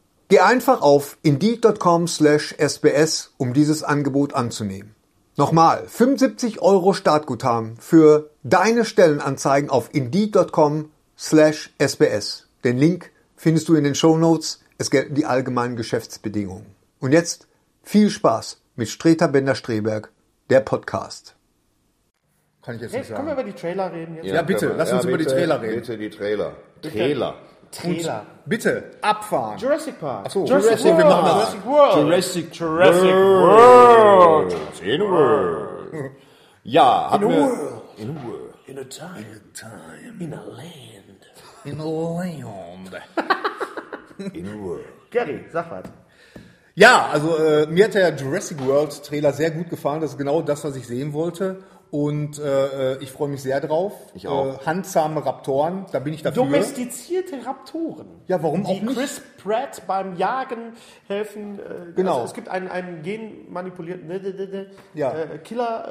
Geh einfach auf indeed.com slash sbs, um dieses Angebot anzunehmen. Nochmal, 75 Euro Startguthaben für deine Stellenanzeigen auf indeed.com slash sbs. Den Link findest du in den Shownotes. Es gelten die allgemeinen Geschäftsbedingungen. Und jetzt viel Spaß mit Streter Bender-Streberg, der Podcast.
Kann ich jetzt nicht
Jetzt können wir
sagen.
über die Trailer reden. Jetzt.
Ja, bitte,
können wir-
lass uns über die
bitte,
Trailer reden.
Bitte die Trailer. Trailer.
Trailer.
Bitte, abfahren.
Jurassic Park.
Ach so,
Jurassic,
Jurassic-
World.
wir machen das.
Jurassic World.
Jurassic,
Jurassic
World. In a World. Ja, hatten wir. In a World.
In a time. In a time. In a land.
In Land.
In a World.
Gary, sag was.
Ja, also äh, mir hat der Jurassic World Trailer sehr gut gefallen. Das ist genau das, was ich sehen wollte. Und äh, äh, ich freue mich sehr drauf.
Ich auch.
Äh, handsame Raptoren, da bin ich dafür.
Domestizierte Raptoren.
Ja, warum
die
auch nicht?
Chris Pratt beim Jagen helfen. Äh,
Genau.
Also es gibt einen, einen genmanipulierten ne, ne, ne, ne,
Ja. Oh,
äh, Killer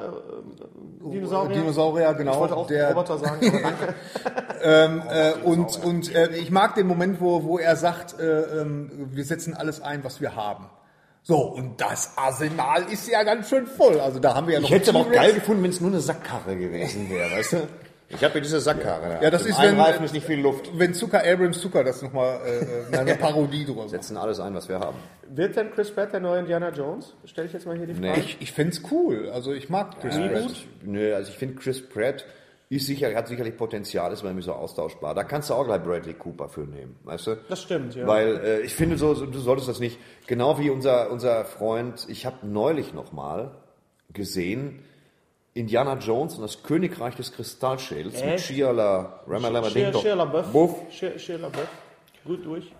äh, äh, Dinosaurier.
Dinosaurier, genau.
Ich wollte auch
Der-
Roboter sagen, aber danke.
Und, und äh, ich mag den Moment, wo, wo er sagt, äh, ähm, wir setzen alles ein, was wir haben. So, und das Arsenal ist ja ganz schön voll. Also da haben wir ja noch
Ich hätte es aber auch
T-Rex.
geil gefunden, wenn es nur eine Sackkarre gewesen wäre, weißt du? Ich habe ja diese Sackkarre. da.
Ja, das
Im
ist,
einen
wenn-
Reifen ist nicht viel Luft.
Wenn Zucker Abrams Zucker das nochmal äh, äh, eine Parodie drüber macht.
Setzen alles ein, was wir haben.
Wird denn Chris Pratt der neue Indiana Jones? Stelle ich jetzt mal hier die Frage.
Ich, ich find's cool. Also ich mag Chris Pratt.
Pratt. Nö, also ich finde Chris Pratt ist sicher, hat sicherlich Potenzial, ist bei mir so austauschbar. Da kannst du auch gleich Bradley Cooper für nehmen, weißt du?
Das stimmt, ja.
Weil äh, ich finde, so, so, du solltest das nicht. Genau wie unser, unser Freund, ich habe neulich nochmal gesehen, Indiana Jones und das Königreich des Kristallschädels mit
Echt?
Shia La, Ramalama Ding Dong.
Shia LaBeouf.
Buff.
Shia Shia LaBeouf. Gut durch.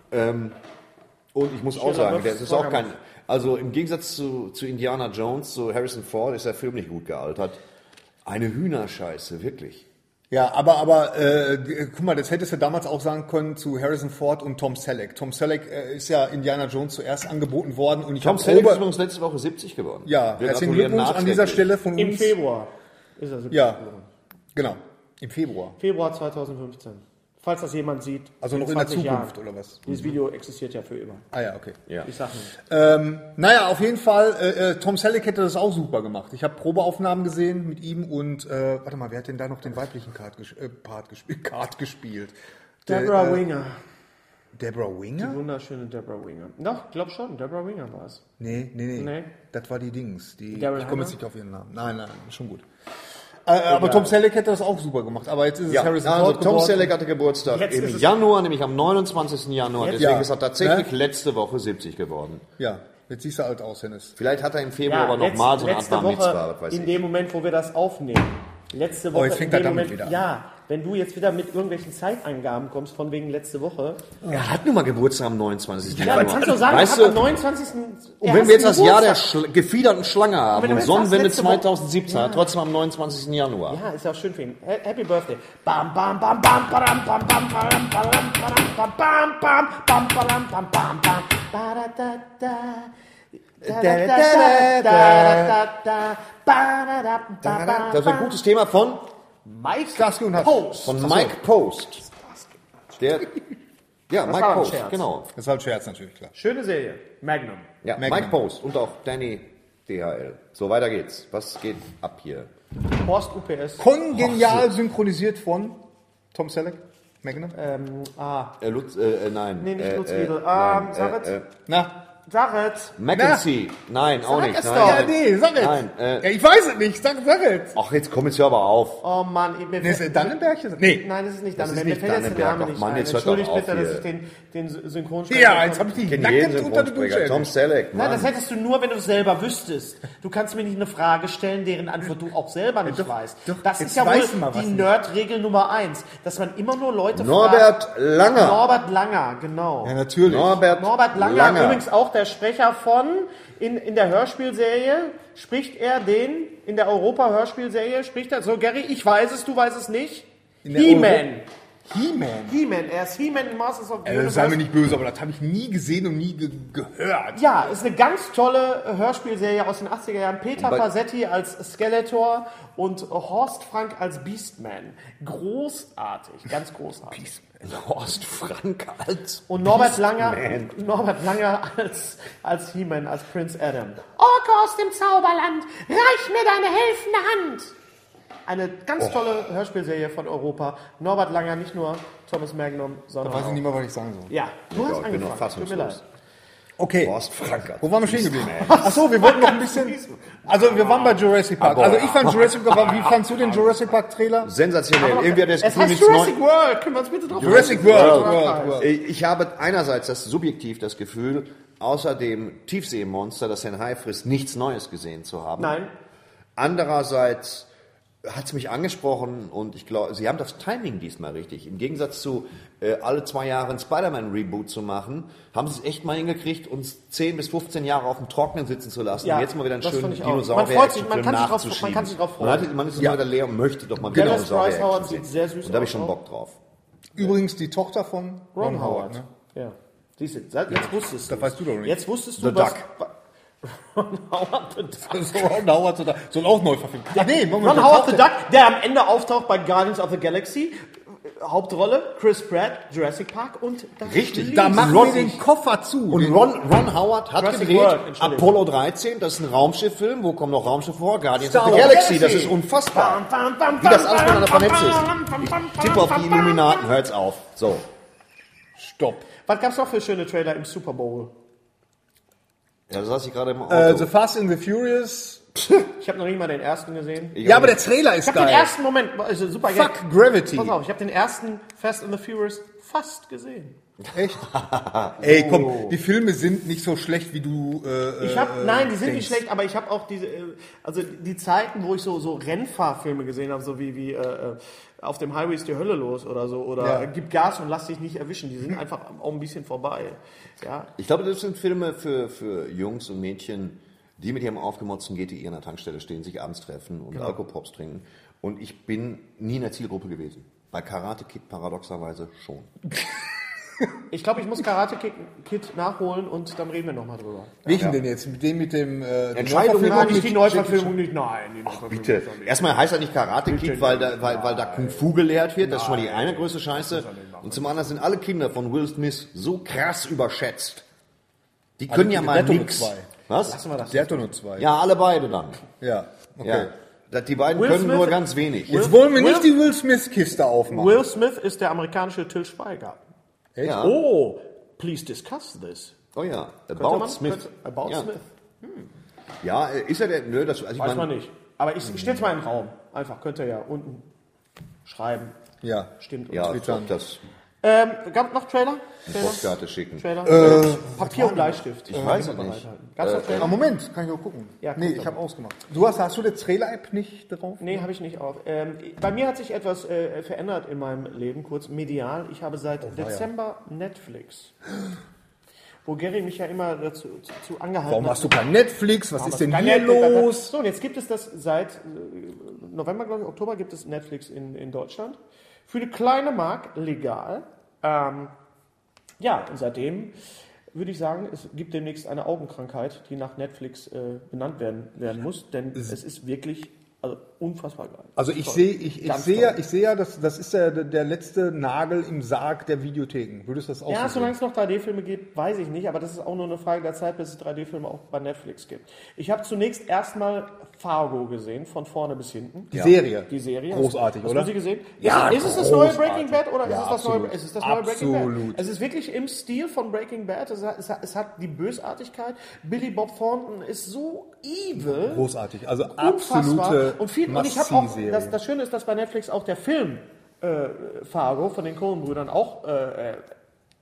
Und ich muss auch
Shia
sagen,
LaBeouf
das ist auch kein.
vorgemacht.
Also im Gegensatz zu, zu Indiana Jones, zu Harrison Ford, ist der Film nicht gut gealtert. Eine Hühnerscheiße, wirklich.
Ja, aber aber äh, g- guck mal, das hättest du damals auch sagen können zu Harrison Ford und Tom Selleck. Tom Selleck äh, ist ja Indiana Jones zuerst angeboten worden und ich
Tom
hab
Selleck ist
Ober-
übrigens letzte Woche 70 geworden.
Ja,
Wir
herzlichen
gratulieren
Glückwunsch an dieser
nachträglich.
Stelle von
Im
uns.
Februar ist er
Ja, genau. Im Februar.
Februar 2015. Falls das jemand sieht.
Also noch in der
20
Zukunft
Jahren.
oder was?
Dieses Video existiert ja für immer.
Ah ja, okay.
Mhm. Ja. Äh,
Ich sag nicht.
Naja, auf jeden Fall, äh, äh, Tom Selleck hätte das auch super gemacht. Ich habe Probeaufnahmen gesehen mit ihm und, äh, warte mal, wer hat denn da noch den weiblichen Part, ges äh, Part, gesp Part gespielt?
Deborah
Der, äh,
Winger.
Deborah Winger?
Wunderschöne Deborah Winger. Doch, glaub schon, Deborah Winger war es.
Nee, nee, nee,
Nee.
Das war die Dings. Die,
Daryl
ich komme
Hannah?
jetzt nicht auf ihren Namen. Nein, nein, schon gut. Äh, aber Tom Selleck hätte das auch super gemacht. Aber jetzt ist es
Ja,
Harrison
also
Ford
Tom
geworden.
Selleck hatte Geburtstag
Jetzt ist
im
es-
Januar, nämlich am 29. Januar.
Jetzt-
Deswegen
Ja.
ist er tatsächlich
Ne?
letzte Woche 70 geworden.
Ja, jetzt siehst du alt aus, Hennes.
Vielleicht hat er im Februar aber
letz-
nochmal so eine Art
letzte
Bar Mitzvah,
Woche,
was weiß
in
ich.
dem Moment, wo wir das aufnehmen, letzte
Oh,
Woche.
jetzt fängt
in
er
dem
damit wieder an.
Ja, wenn du jetzt wieder mit irgendwelchen Zeitangaben kommst, von wegen letzte Woche.
Er hat nun mal Geburtstag am 29.
Ja,
Januar.
du kannst doch sagen, ich
weißt
habe am
du,
29.
und wenn wir jetzt das Jahr der Schl gefiederten Schlange
wenn
haben
du
und
jetzt
Sonnenwende
sagst, letzte Woche-
2017, trotzdem am 29. Januar.
Ja, Ah, ist ja auch schön für ihn. Ha- Happy Birthday. Bam, bam, bam, bam, badam, bam, bam, badam, badam, badam, bam, bam, bam, bam, badam, bam, bam, bam. Ba-da-da-da. Da-da-da-da. Da-da-da-da. Ba-da-da-ba-ba.
Das ist ein gutes Thema von,
Mike
Starsky und Hutch.
Post.
von Mike Post. Der, ja, Mike
war ein
Post,
Scherz.
genau.
Das ist halt Scherz natürlich, klar.
Schöne Serie. Magnum.
Ja,
Merkt
Mike
man.
Post und auch Danny DHL. So, weiter geht's. Was geht ab hier?
Horst UPS.
Kongenial synchronisiert von Tom Selleck. Magnum.
Äh, Lutz, äh, äh, nein.
Nee, nicht
äh,
Lutz
äh,
Riedel.
nein,
Ähm, sag
äh, äh,
Na,
Sag es.
Mackenzie. Nein, auch nicht.
es
Nein,
doch.
nein.
ja, nee, sag jetzt.
Nein, äh,
ja, ich weiß es nicht, sag, sag jetzt.
Ach, jetzt komm jetzt hör aber auf.
Oh Mann, ich mir
Nee, ist äh, Dannenberg? hier? Nee.
Nein, das ist nicht
Das
Dannenberg.
ist
Mir
nicht
fällt jetzt der
Dannenberg.
Name
Ach
nicht
Mann,
ein.
jetzt hört doch
Entschuldigt
auf
bitte, dass
hier.
ich den, den Synchronsprecher...
Ja, jetzt habe ich dich
Kennt jeden
nackend unter die
Synchronsprecher.
Dusche.
Tom Selleck,
Nein, das
Mann.
hättest du nur, wenn du es selber wüsstest. Du kannst mir nicht eine Frage stellen, deren Antwort du auch selber nicht
Äh, Doch,
weißt.
doch,
das
jetzt
ist ja wohl
weiß man was
die
nicht.
Nerd-Regel Nummer eins, dass man immer nur Leute
Norbert
fragt.
Langer.
Norbert Langer, genau.
Ja, natürlich.
Norbert,
Norbert Langer,
Langer.
übrigens auch der Sprecher von, in, in der Hörspielserie spricht er den, in der Europa-Hörspielserie spricht er, so Gary, ich weiß es, du weißt es nicht.
der
He-Man.
He-Man.
He-Man, er ist He-Man in Masters of the
Äh,
Universe.
sei mir nicht böse, aber das habe ich nie gesehen und nie ge gehört.
Ja, ist eine ganz tolle äh, Hörspielserie aus den 80er Jahren. Peter
Bei-
Pasetti als Skeletor und Horst Frank als Beastman. Großartig, ganz großartig.
Horst Frank als
Und Norbert Langer, Norbert Langer als, als He-Man, als Prince Adam. Orko aus dem Zauberland, reich mir deine helfende Hand. Eine ganz
Oh.
tolle Hörspielserie von Europa. Norbert Langer, nicht nur Thomas Magnum, sondern
Weiß ich
auch...
nicht mal, was ich sagen soll.
Ja, du hast
Gott, ich bin noch
angefangen. Tut mir leid.
fassungslos.
Okay.
Horst Frank als
Wo waren wir stehen geblieben? Achso, wir wollten noch ein bisschen. Also, wir waren bei Jurassic Park.
Aber-
Also, ich fand Jurassic Park. Wie fandst du den Jurassic Park Trailer?
Sensationell. Irgendwie hat
Es
das Gefühl,
heißt
nichts
Jurassic
Neues.
World, können wir uns bitte drauf
Jurassic World. World, World.
Ich Äh, ich habe einerseits das subjektiv das Gefühl, außer dem Tiefseemonster, das den Hai frisst, nichts Neues gesehen zu haben.
Nein,
Andererseits hat es mich angesprochen und ich glaube, sie haben das Timing diesmal richtig. Im Gegensatz zu äh, alle zwei Jahre ein Spider-Man-Reboot zu machen, haben sie es echt mal hingekriegt, uns 10 bis 15 Jahre auf dem Trocknen sitzen zu lassen.
Ja,
und jetzt mal wieder einen
das
schönen
fand ich auch. Man
dinosaurier
freut sich- man kann sich drauf-
nachzuschieben.
man kann sich drauf freuen.
Man, hat, man ist immer wieder leer und möchte doch mal
Dallas
wieder
Bryce Howard
Howard
sieht sehr süß
Und da habe ich
aus,
schon
ne?
Bock drauf.
Übrigens, die Tochter von
Ron, Howard.
ne?
Ja. Siehst du, seit, jetzt wusstest du.
das weißt du doch nicht.
Jetzt wusstest du,
The
was... Oh,
Duck.
Ron Howard the Duck.
So, Ron Howard soll, soll auch neu verfilmt werden. Ach nee, Moment,
Ron Howard the Duck, der am Ende auftaucht bei Guardians of the Galaxy. Hauptrolle, Chris Pratt, Jurassic Park und... das
Richtig.
Da
Lied.
machen
Ron-
wir den Koffer zu.
Und Ron, Ron Howard hat
Jurassic
gedreht
World, Entschuldigung.
Apollo 13, das ist ein Raumschifffilm. Wo kommen noch Raumschiffe vor? Guardians
Star
of the
Wars.
Galaxy, das ist unfassbar. Wie das alles miteinander vernetzt ist. Ich tippe auf die Illuminaten, hört's auf. So.
Stopp.
Was gab's noch für schöne Trailer im Super Bowl?
Ja, das saß ich gerade im Auto.
Äh, the Fast and the Furious.
Ich habe noch nicht mal den ersten gesehen.
Ja, aber der Trailer ist
Ich habe den ersten Moment, also super
Fuck Gravity.
Pass auf, ich habe den ersten Fast and the Furious fast gesehen.
Echt? Ey, komm, die Filme sind nicht so schlecht, wie du. Äh,
Ich hab, nein, die sind
denkst.
nicht schlecht, aber ich habe auch diese, äh, also die Zeiten, wo ich so, so Rennfahrfilme gesehen habe, so wie, wie äh, äh, auf dem Highway ist die Hölle los oder so, oder
Ja.
äh, gib Gas und lass dich nicht erwischen, die sind einfach auch ein bisschen vorbei. Ja,
Ich glaube, das sind Filme für, für Jungs und Mädchen, die mit ihrem aufgemotzten GTI an der Tankstelle stehen, sich abends treffen
Genau.
und Alkopops trinken. Und ich bin nie in der Zielgruppe gewesen. Bei Karate Kid paradoxerweise schon.
ich glaube, ich muss Karate Kid, Kid nachholen und dann reden wir nochmal drüber.
Welchen denn jetzt? Mit dem mit dem. Äh,
Entscheidung,
Neuverfilmung
Nein,
mit
nicht die Neuverfilmung, nicht, nein. Die Neuverfilmung
Bitte. Erstmal heißt er nicht Karate Kid, weil da, weil, weil da Kung Fu gelehrt wird. Das ist schon mal die eine größte Scheiße. Und zum anderen sind alle Kinder von Will Smith so krass überschätzt. Die
Also
können ja
Kinder,
mal
Netto mit
nix.
zwei.
Was?
Der hat doch nur zwei.
Ja, alle beide dann.
Ja, okay.
Ja. Das- Die beiden
Will
können
Smith-
nur ganz wenig.
Jetzt wollen wir
Will-
nicht die Will Smith-Kiste aufmachen.
Will Smith ist der amerikanische Till Schweiger.
Ja.
Oh, please discuss this.
Oh ja,
Könnte
About
man-
Smith.
könnte- About
ja.
Smith.
Ja, äh, ist er der? Nö, das, also ich
Weiß man
meine,
nicht. Aber ich, ich stell's mal in den Raum. Einfach, könnt ihr ja unten schreiben.
ja.
Stimmt.
ja,
Und
das, das
Ähm, gab noch Trailer? Trailer?
Postkarte schicken.
Trailer? Äh, Papier und Bleistift. Ich
weiß es nicht. Äh,
Gab's noch Trailer?
Ah, Moment, kann ich auch gucken.
Ja,
nee,
guck
ich
doch.
habe ausgemacht. Du hast, hast du die Trailer-App nicht drauf?
Nee, habe ich nicht auf. Ähm, bei mir hat sich etwas äh, verändert in meinem Leben, kurz medial. Ich habe seit
Oh,
Dezember Netflix. Wo Gary mich ja immer dazu zu, zu angehalten
Warum
hat.
hast du kein Netflix? Was ist denn
Kann
hier
ja- da- da-
los?
So, und jetzt gibt es das seit äh, November, glaube ich, Oktober gibt es Netflix in, in Deutschland. Für die kleine Mark legal. Ähm, ja, und seitdem würde ich sagen, es gibt demnächst eine Augenkrankheit, die nach Netflix äh, benannt werden, werden muss, denn es ist wirklich also, unfassbar geil.
Also ich
Toll.
sehe, ich, ich
Ganz
sehe,
toll.
ja- ich sehe ja, das, das ist der, der letzte Nagel im Sarg der Videotheken. Würdest du das auch
Ja,
so
solange
sehen?
es noch 3D-Filme gibt, weiß ich nicht, aber das ist auch nur eine Frage der Zeit, bis es 3D-Filme auch bei Netflix gibt. Ich habe zunächst erstmal Fargo gesehen, von vorne bis hinten.
Die Serie.
Die Serie.
Großartig,
hast, hast
oder?
Hast du sie gesehen?
Ja,
Ist, es das neue
großartig.
Breaking Bad
Ja,
oder ist es das
absolut.
neue, es ist das neue Breaking
Absolut.
Bad? Es ist wirklich im Stil von Breaking Bad. Es hat, es hat, es hat die Bösartigkeit. Billy Bob Thornton ist so evil.
Großartig. Also
Unfassbar.
absolute
und viel, und ich hab auch,
Must-See-Serie.
das, das Schöne ist, dass bei Netflix auch der Film äh, Fargo von den Coen-Brüdern auch äh, äh,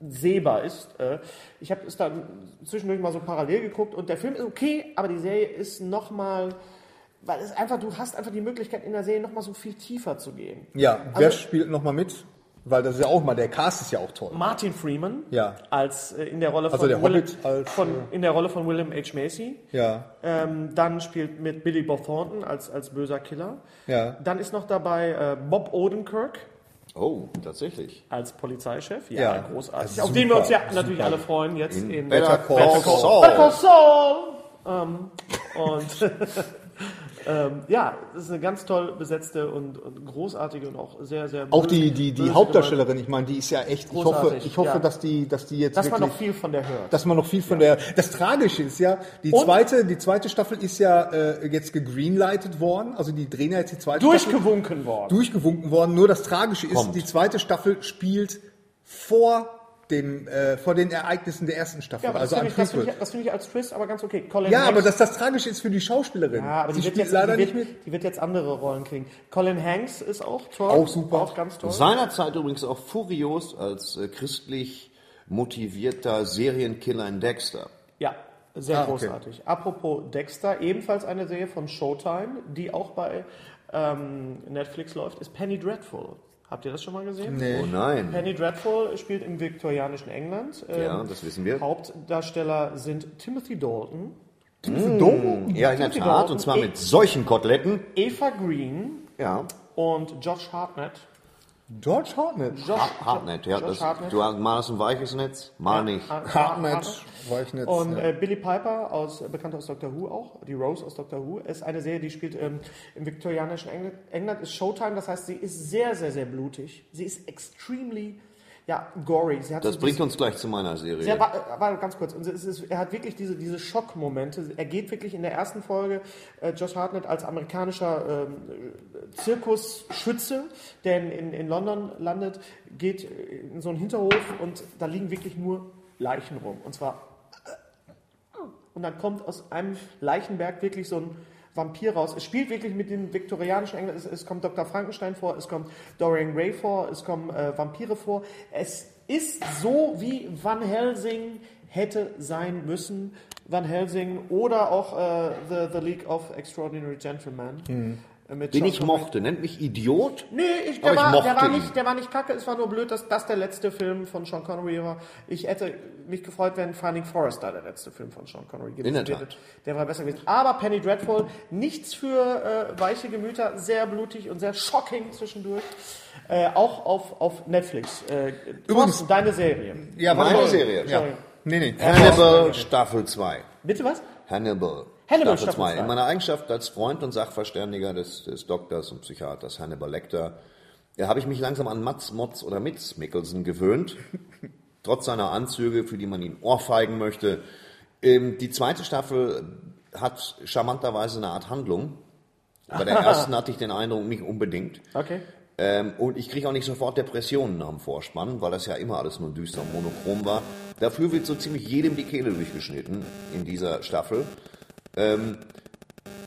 sehbar ist. Äh, ich habe es dann zwischendurch mal so parallel geguckt und der Film ist okay, aber die Serie ist noch mal, weil es einfach, du hast einfach die Möglichkeit in der Serie noch mal so viel tiefer zu gehen.
Ja, wer
Also-
spielt nochmal mit? Weil das ist ja auch mal, der Cast ist ja auch toll.
Martin Freeman
Ja.
als äh, in der Rolle
Also
von
der
Willem-
Hobbit als, äh
von in der Rolle von William H Macy.
Ja.
Ähm, dann spielt mit Billy Bob Thornton als, als böser Killer.
Ja.
Dann ist noch dabei äh, Bob Odenkirk
Oh, tatsächlich.
als Polizeichef. Ja,
Ja,
großartig.
also
Auf den wir
super,
uns ja natürlich alle freuen jetzt in,
Better Call Saul.
Better Call Saul. Ähm, und ähm, ja, das ist eine ganz toll besetzte und, und großartige und auch sehr, sehr
Auch
böse-
die, die, die
böse
Hauptdarstellerin, ich meine, die ist ja echt, ich hoffe,
Großartig,
ich hoffe,
ja.
dass die, dass die jetzt
Dass
wirklich,
man noch viel von der hört.
dass man noch viel von der, das Tragische ist ja, die
Und-
zweite, die zweite Staffel ist ja äh, jetzt gegreenlightet worden, also die drehen ja jetzt die zweite Staffel,
Durchgewunken worden.
durchgewunken worden, nur das Tragische ist, die zweite Staffel spielt vor dem, äh, vor den Ereignissen der ersten Staffel,
Ja, aber
also
das
am
finde ich, das find
Prequel.
ich, das find ich als Twist aber ganz okay. Colin
Ja,
Hanks-
aber dass das Tragische ist für die Schauspielerin.
Ja, aber die,
Sie
wird
spielt
jetzt,
leider
die, wird,
nicht mit.
die wird jetzt andere Rollen kriegen. Colin Hanks ist auch toll.
Auch super.
Auch ganz toll.
Seinerzeit übrigens auch furios als äh, christlich motivierter Serienkiller in Dexter.
Ja, sehr
Ah, okay.
großartig. Apropos Dexter, ebenfalls eine Serie von Showtime, die auch bei ähm, Netflix läuft, ist Penny Dreadful. Habt ihr das schon mal gesehen?
Oh nein.
Penny Dreadful spielt im viktorianischen England. Ähm,
Ja, das wissen wir.
Hauptdarsteller sind Timothy Dalton,
Hm, Ja, in der Tat. Und zwar mit solchen Koteletten.
Eva Green
Ja.
und Josh Hartnett.
George Hartnett.
Josh
Hartnett, ja. Das,
Josh Hartnett. Ah,
du hast- mal hast ein weiches Netz, mal nicht.
Hartnett, Weichnitz.
Und
ja.
äh, Billy Piper, aus, äh, bekannt aus Doctor Who auch, die Rose aus Doctor Who, ist eine Serie, die spielt ähm, im viktorianischen Engl England, ist Showtime, das heißt, sie ist sehr, sehr, sehr blutig. Sie ist extremely, ja, gory. Sie hat
Das
so
bringt
dieses-
uns gleich zu meiner
Sie hat,
Serie.
war, war äh, ganz kurz. Und es ist, er hat wirklich diese, diese Schockmomente. Er geht wirklich in der ersten Folge äh, Josh Hartnett als amerikanischer ähm, Zirkusschütze, der in, in, in London landet, geht in so einen Hinterhof und da liegen wirklich nur Leichen rum. Und zwar und dann kommt aus einem Leichenberg wirklich so ein Vampir raus. Es spielt wirklich mit dem viktorianischen England. Es, es kommt Dr. Frankenstein vor, es kommt Dorian Gray vor, es kommen äh, Vampire vor. Es ist so, wie Van Helsing hätte sein müssen. Van Helsing oder auch äh, The, The League of Extraordinary Gentlemen. Äh, mit
Mhm. Den
Sean
ich
Connery.
mochte. Nennt mich Idiot.
Nö, ich, der,
Aber ich
war,
mochte
der, war
ihn.
nicht, der war nicht kacke. Es war nur blöd, dass das der letzte Film von Sean Connery war. Ich hätte mich gefreut, wenn Finding Forrester der letzte Film von Sean Connery gewesen
der Tat.
wäre. Der war besser gewesen. Aber Penny Dreadful, nichts für äh, weiche Gemüter, sehr blutig und sehr shocking zwischendurch. Äh, auch auf, auf Netflix. Äh, Übrigens, deine Serie.
ja, warte
Meine
mal.
Serie.
Ja. Nee, nee.
Hannibal Staffel 2.
Bitte was?
Hannibal.
Hannibal
Staffel
Staffel
2.
zwei.
In meiner Eigenschaft als Freund und Sachverständiger des, des Doktors und Psychiaters Hannibal Lecter ja, habe ich mich langsam an Mats Motz oder Mitz Mickelson gewöhnt. trotz seiner Anzüge, für die man ihn ohrfeigen möchte. Ähm, die zweite Staffel hat charmanterweise eine Art Handlung. Bei der ersten hatte ich den Eindruck, nicht unbedingt.
Okay.
Ähm, und ich kriege auch nicht sofort Depressionen am Vorspann, weil das ja immer alles nur düster und monochrom war. Dafür wird so ziemlich jedem die Kehle durchgeschnitten in dieser Staffel. Ähm,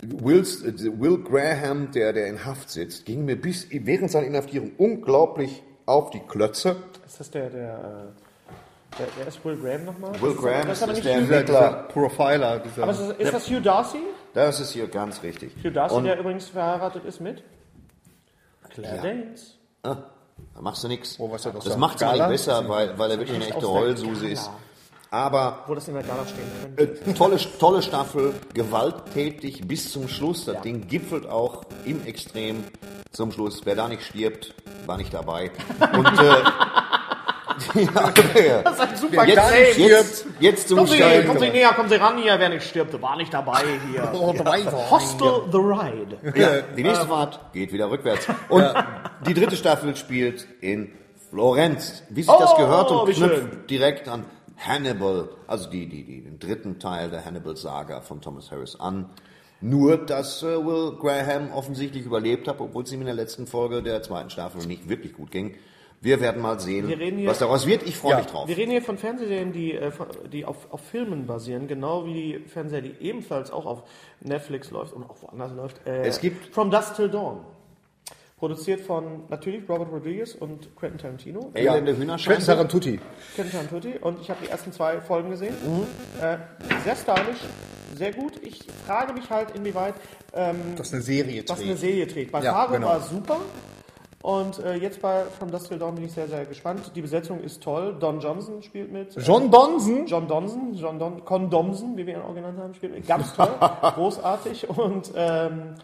Will's, äh, Will Graham, der, der in Haft sitzt, ging mir bis während seiner Inhaftierung unglaublich auf die Klötze.
Ist das der, der, äh, der, wer ist Will Graham nochmal?
Will Graham
das ist, aber
ist
nicht
der
Hugh,
Dieser, dieser
Entwickler.
Profiler, dieser.
aber ist, das- ist das Hugh Darcy?
Das ist hier ganz richtig.
Hugh Darcy,
Und-
der übrigens verheiratet ist mit Claire Danes.
Ah, da machst du nichts.
Oh, was hat das
das
da?
macht es nicht
Gala?
besser, weil, weil er wirklich eine
Nicht
echte
aus der
Rollsuse
Gala.
ist. Aber
Wo das in der Gala stehen
äh,
könnte.
tolle, tolle Staffel, gewalttätig bis zum Schluss. Das Ding gipfelt auch im Extrem zum Schluss. Wer da nicht stirbt, war nicht dabei. Und äh, ja,
Das ist ein super
jetzt,
Gesell.
jetzt, jetzt zum
Kommen Sie,
Stein.
kommen Sie näher, kommen Sie ran hier, wer nicht stirbt, war nicht dabei hier. Hostel the Ride.
Ja, die
äh,
nächste Fahrt geht wieder rückwärts. Und die dritte Staffel spielt in Florenz. Wie sich das
Oh,
gehört und
wie
knüpft
schön.
direkt an Hannibal, also die, die, die, den dritten Teil der Hannibal-Saga von Thomas Harris an. Nur, dass äh, Will Graham offensichtlich überlebt hat, obwohl es ihm in der letzten Folge der zweiten Staffel nicht wirklich gut ging. Wir werden mal sehen,
Wir reden hier-
was daraus wird. Ich freue mich drauf.
Wir reden hier von Fernsehserien, die, äh, von- die auf, auf Filmen basieren, genau wie die Fernsehserie, die ebenfalls auch auf Netflix läuft und auch woanders läuft. Äh,
Es gibt-
From Dusk Till Dawn. Produziert von natürlich Robert Rodriguez und Quentin Tarantino.
Elende Hühnerschein.
Quentin Tarantuti.
Quentin Tarantino. Und ich habe die ersten zwei Folgen gesehen.
Mhm.
Äh, sehr stylisch, sehr gut. Ich frage mich halt, inwieweit ähm,
Das ist eine Serie.
das eine Serie trägt. Bei
Ja,
Fargo
genau.
war super. Und äh, jetzt bei From Dusk Till Dawn bin ich sehr, sehr gespannt. Die Besetzung ist toll. Don Johnson spielt mit. Äh,
John Donson.
John Donson, John Don Condomsen, wie wir ihn auch genannt haben, spielt mit. Ganz toll, großartig. Und ähm,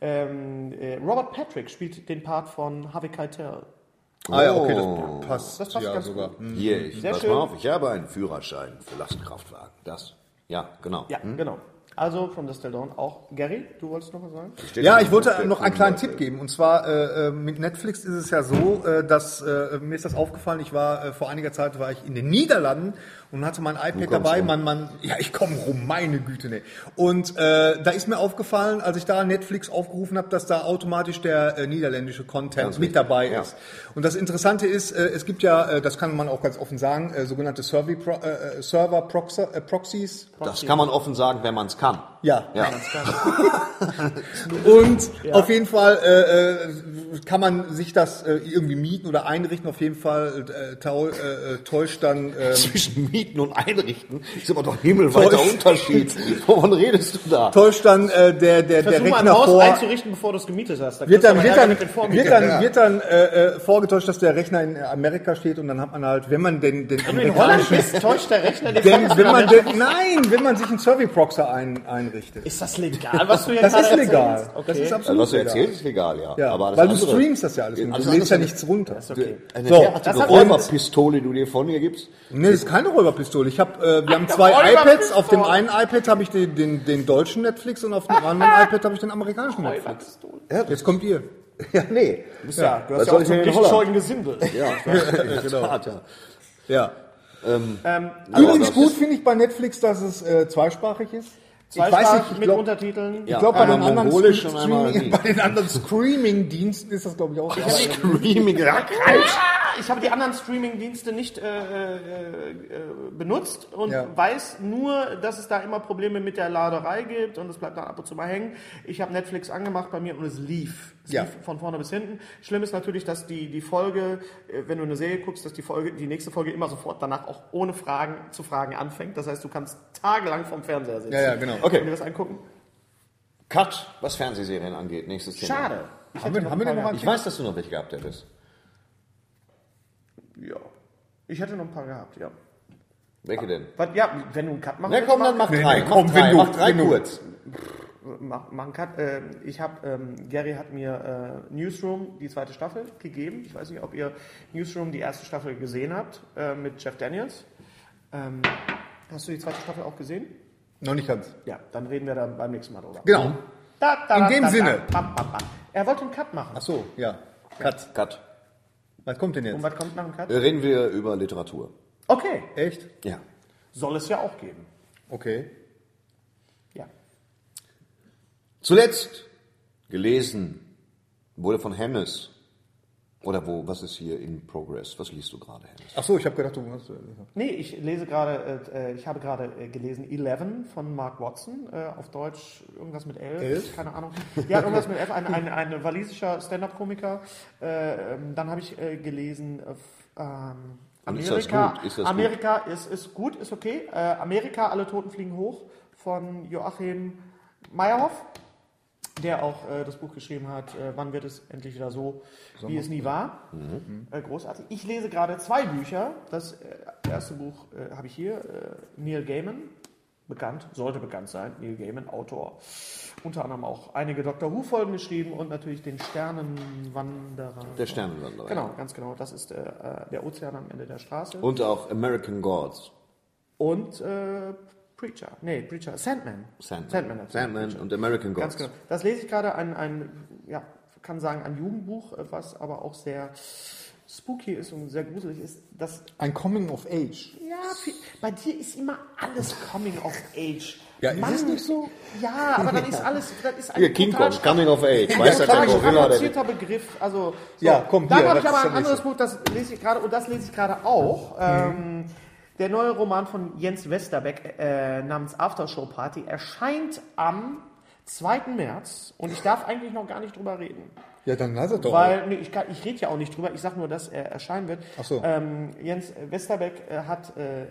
ähm, äh, Robert Patrick spielt den Part von Harvey Keitel.
Ah ja, okay,
Oh.
das passt.
Das passt
ja
ganz
sogar.
gut.
Hier, ich,
Sehr
pass
schön.
mal auf, ich habe einen Führerschein für Lastkraftwagen. Das. Ja, genau.
Ja,
Hm?
genau. Also From Dusk Till Dawn auch. Gary, du wolltest noch was sagen?
Steht
Ja,
da
ich wollte
drauf,
noch
der
einen kleinen
Kunde.
Tipp geben. Und zwar äh, äh, mit Netflix ist es ja so, äh, dass äh, mir ist das aufgefallen. Ich war äh, vor einiger Zeit war ich in den Niederlanden und hatte mein iPad
kommst
dabei.
rum.
Man, man, ja, ich komme rum, meine Güte, ne. Und äh, da ist mir aufgefallen, als ich da Netflix aufgerufen habe, dass da automatisch der äh, niederländische Content
Ganz
mit
richtig,
dabei
ja.
ist. Und das Interessante ist, äh, es gibt ja, äh, das kann man auch ganz offen sagen, äh, sogenannte Survey Pro, äh, äh, Server Proxer, äh, Proxies.
Das kann man offen sagen, wenn man es kann.
Ja,
Ja.
Und auf jeden Fall äh, äh, kann man sich das äh, irgendwie mieten oder einrichten. Auf jeden Fall äh, tau, äh, äh, täuscht dann. Äh,
Zwischen Mieten und Einrichten ist aber doch ein himmelweiter
Täusch-
Unterschied. Wovon redest du da?
Täuscht dann äh, der, der, der
Versuch mal ein
Rechner
Haus
vor.
einzurichten, bevor du es gemietet hast. Da
Wird
kriegst du
dann,
aber
wird
Ärger
dann,
mit den Vormietern.
wird dann, wird dann äh, äh, vorgetäuscht, dass der Rechner in Amerika steht und dann hat man halt, wenn man den, den
Wenn du in Holland bist, täuscht der Rechner den
wenn, wenn man
Vormietern.
den, nein, wenn man sich einen Survey Proxer ein, einrichtet.
Ist das legal, was du hier
Das
gerade
ist legal.
erzählst?
Das
Okay.
ist
Also,
absolut
was du
legal.
erzählst, ist legal, ja.
Ja,
aber das
weil du
andere-
streamst das ja alles. nur.
Alles
Du lädst ja
andere-
nichts runter.
okay.
Eine
So,
derartige
das hat-
Räuberpistole, die du dir von dir gibst.
Nee, das ist keine Räuberpistole. Ich hab, äh, wir haben
da
zwei
war
iPads. Auf dem
Räuberpistole.
einen iPad habe ich den, den, den deutschen Netflix und auf dem anderen iPad habe ich den amerikanischen Netflix. Jetzt kommt ihr.
Ja, nee.
Ja, du
Was
hast ja
soll
auch
ich
zum
denn in
Lichtscheugen Gesindel.
Ja, genau.
Ja.
Ähm,
Übrigens
das
gut finde ich bei Netflix, dass es äh, zweisprachig ist.
Zweisprach
ich
mit
glaub-
Untertiteln.
Ich glaube, bei, den
einmal
anderen
mongolisch
Stream-
und einmal
Streaming-
die.
bei den anderen Streaming-Diensten ist das, glaube ich, auch so. Aber-
Screaming.
Ich habe die anderen Streaming-Dienste nicht äh, äh, äh, benutzt und
Ja.
weiß nur, dass es da immer Probleme mit der Laderei gibt und es bleibt dann ab und zu mal hängen. Ich habe Netflix angemacht bei mir und es lief. Es
Ja.
lief von vorne bis hinten. Schlimm ist natürlich, dass die, die Folge, äh, wenn du eine Serie guckst, dass die Folge, die nächste Folge immer sofort danach auch ohne Fragen zu Fragen anfängt. Das heißt, du kannst tagelang vom Fernseher sitzen.
Ja, ja, genau.
Okay. Und dir das angucken.
Cut, was Fernsehserien angeht. Nächstes Thema.
Schade.
Genau. Haben wir, haben wir denn noch einen
Ich weiß, dass du noch welche gehabt hättest.
Ja. Ich hätte noch ein paar gehabt, ja.
Welche denn?
Was, ja, wenn du einen Cut machst.
Na komm, dann mach
Nee,
drei.
nee, komm,
mach drei,
wenn du-
mach drei
wenn du-
kurz.
mach, machen kann. Ähm, ich habe, ähm, Gary hat mir äh, Newsroom die zweite Staffel gegeben. Ich weiß nicht, ob ihr Newsroom die erste Staffel gesehen habt äh, mit Jeff Daniels. Ähm, hast du die zweite Staffel auch gesehen?
Noch nicht ganz.
Ja, dann reden wir dann beim nächsten Mal drüber.
Genau.
Da, da,
In
da,
dem
da,
Sinne.
Da, bam, bam, bam. Er wollte einen Cut machen.
Ach so, ja. Cut.
Cut.
Was kommt denn
Und
jetzt?
was kommt nach dem
Äh.
Cut?
Reden wir über Literatur.
Okay,
Echt?
Ja.
soll es ja auch geben.
Okay.
Ja.
Zuletzt gelesen wurde von Hennes Oder wo, was ist hier in Progress? Was liest du gerade, Hennes?
Ach so, ich habe gedacht, du äh, hast.
Nee, ich lese gerade, äh, äh, ich habe gerade äh, gelesen Eleven von Mark Watson, äh, auf Deutsch irgendwas mit elf,
Elf?
keine Ahnung. Ja, irgendwas mit elf, ein, ein, ein walisischer Stand-Up-Komiker. Äh, ähm, dann habe ich äh, gelesen, äh, f- ähm,
Und ist das
Amerika,
gut? Ist das gut?
Amerika Ist, ist gut, ist okay. Äh, Amerika, alle Toten fliegen hoch von Joachim Meyerhoff. Der auch äh, das Buch geschrieben hat, äh, Wann wird es endlich wieder so, wie es nie war.
Mhm.
Äh, großartig. Ich lese gerade zwei Bücher. Das äh, erste Buch äh, habe ich hier. Äh, Neil Gaiman, bekannt, sollte bekannt sein. Neil Gaiman, Autor. Unter anderem auch einige Doctor Who-Folgen geschrieben und natürlich den Sternenwanderer.
Der Sternenwanderer.
Genau, ganz genau. Das ist der, äh, der Ozean am Ende der Straße.
Und auch American Gods.
Und äh, Preacher. Nee, Preacher. Sandman.
Sandman.
Sandman,
Sandman,
natürlich.
und American Gods.
Ganz genau. Das lese ich gerade ein, ein ja, kann sagen, ein Jugendbuch, äh, was aber auch sehr spooky ist und sehr gruselig ist. Das,
Ein Coming of Age.
ja, viel- bei dir ist immer alles coming of age.
Ja, ist es nicht so?
Ja, aber dann ist alles, dann ist ein
Hier, King
total
Kong, Coming of Age. Weißt du, der
ein
Gorilla, der
strapazierter Begriff. Also, so.
Ja, Mhm. komm,
Dann
hier,
habe ich
das
aber
ist
ein
der
anderes Buch, das lese ich gerade, und das lese ich gerade auch. Ähm, der neue Roman von Jens Westerbeck äh, namens Aftershow Party erscheint am 2. März und ich darf eigentlich noch gar nicht drüber reden.
Ja, dann lass es doch.
Weil, nee, ich, kann- ich rede ja auch nicht drüber, ich sage nur, dass er erscheinen wird.
Ach so.
Ähm, Jens Westerbeck äh, hat, äh, äh,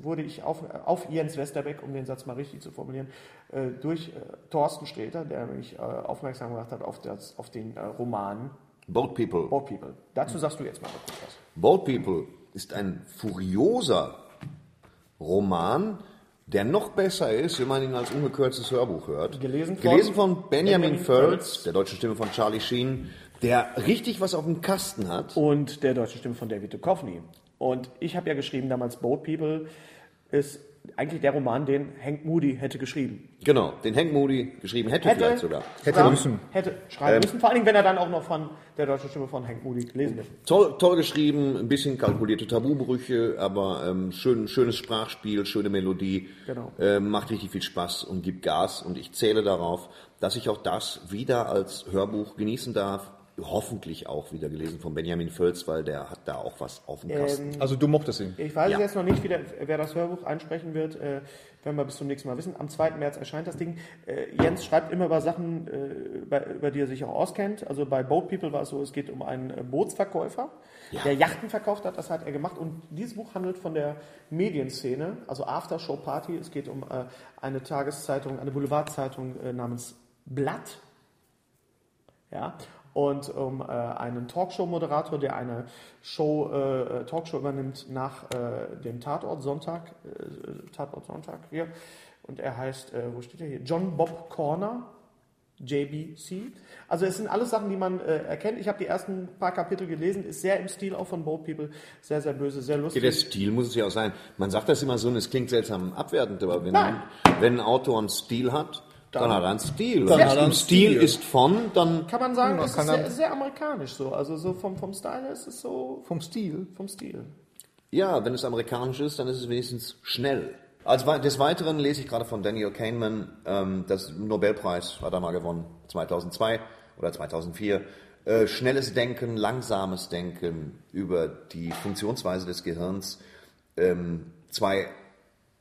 wurde ich auf, auf Jens Westerbeck, um den Satz mal richtig zu formulieren, äh, durch äh, Thorsten Sträter, der mich äh, aufmerksam gemacht hat auf, das, auf den äh, Roman
Boat People.
Boat People. Dazu sagst du jetzt mal kurz was.
Boat People ist ein furioser Roman, der noch besser ist, wenn man ihn als ungekürztes Hörbuch hört.
Gelesen von-
von Benjamin,
Benjamin
Völz, der deutschen Stimme von Charlie Sheen, der richtig was auf dem Kasten hat.
Und der deutsche Stimme von David Duchovny. Und ich habe ja geschrieben damals, Boat People ist eigentlich der Roman, den Hank Moody hätte geschrieben.
Genau, den Hank Moody geschrieben hätte, Ähm.
Hätte.
vielleicht sogar.
Hätte
Schreiben-
müssen.
Hätte schreiben müssen, vor allen Dingen, wenn er dann auch noch von der deutschen Stimme von Hank Moody gelesen wird.
Toll, toll geschrieben, ein bisschen kalkulierte Tabubrüche, aber ähm, schön, schönes Sprachspiel, schöne Melodie.
Genau.
Ähm, macht richtig viel Spaß und gibt Gas. Und ich zähle darauf, dass ich auch das wieder als Hörbuch genießen darf. Hoffentlich auch wieder gelesen von Benjamin Völz, weil der hat da auch was auf dem Kasten.
Also du mochtest ihn.
Ich weiß
Ja.
jetzt noch nicht, wie der, wer das Hörbuch einsprechen wird. Äh, werden wir bis zum nächsten Mal wissen. Am 2. März erscheint das Ding. Äh, Jens schreibt immer über Sachen, äh, über, über die er sich auch auskennt. Also bei Boat People war es so, es geht um einen äh, Bootsverkäufer, der Yachten verkauft hat. Das hat er gemacht. Und dieses Buch handelt von der Medienszene, also Aftershow Party. Es geht um äh, eine Tageszeitung, eine Boulevardzeitung äh, namens Blatt. ja, und um äh, einen Talkshow-Moderator, der eine Show, äh, äh, Talkshow übernimmt nach äh, dem Tatort Sonntag, äh, Tatort Sonntag hier, und er heißt, äh, wo steht er hier? John Bob Corner, JBC. Also es sind alles Sachen, die man äh, erkennt. Ich habe die ersten paar Kapitel gelesen, ist sehr im Stil auch von Boat People, sehr, sehr böse, sehr lustig.
Der Stil muss es ja auch sein. Man sagt das immer so und es klingt seltsam abwertend, aber wenn,
Nein.
wenn ein Autor einen Stil hat, dann, hat er einen Stil.
Dann
Wenn
hat er einen
Stil,
Stil.
ist von, dann
kann man sagen,
Man
es
kann
ist sehr,
dann-
sehr amerikanisch so. Also so vom, vom Style her ist es so
Vom Stil.
vom Stil.
Ja, wenn es amerikanisch ist, dann ist es wenigstens schnell. Als wei- des Weiteren lese ich gerade von Daniel Kahneman, ähm, das Nobelpreis hat er mal gewonnen, 2002 oder 2004. Äh, schnelles Denken, langsames Denken über die Funktionsweise des Gehirns. Ähm, zwei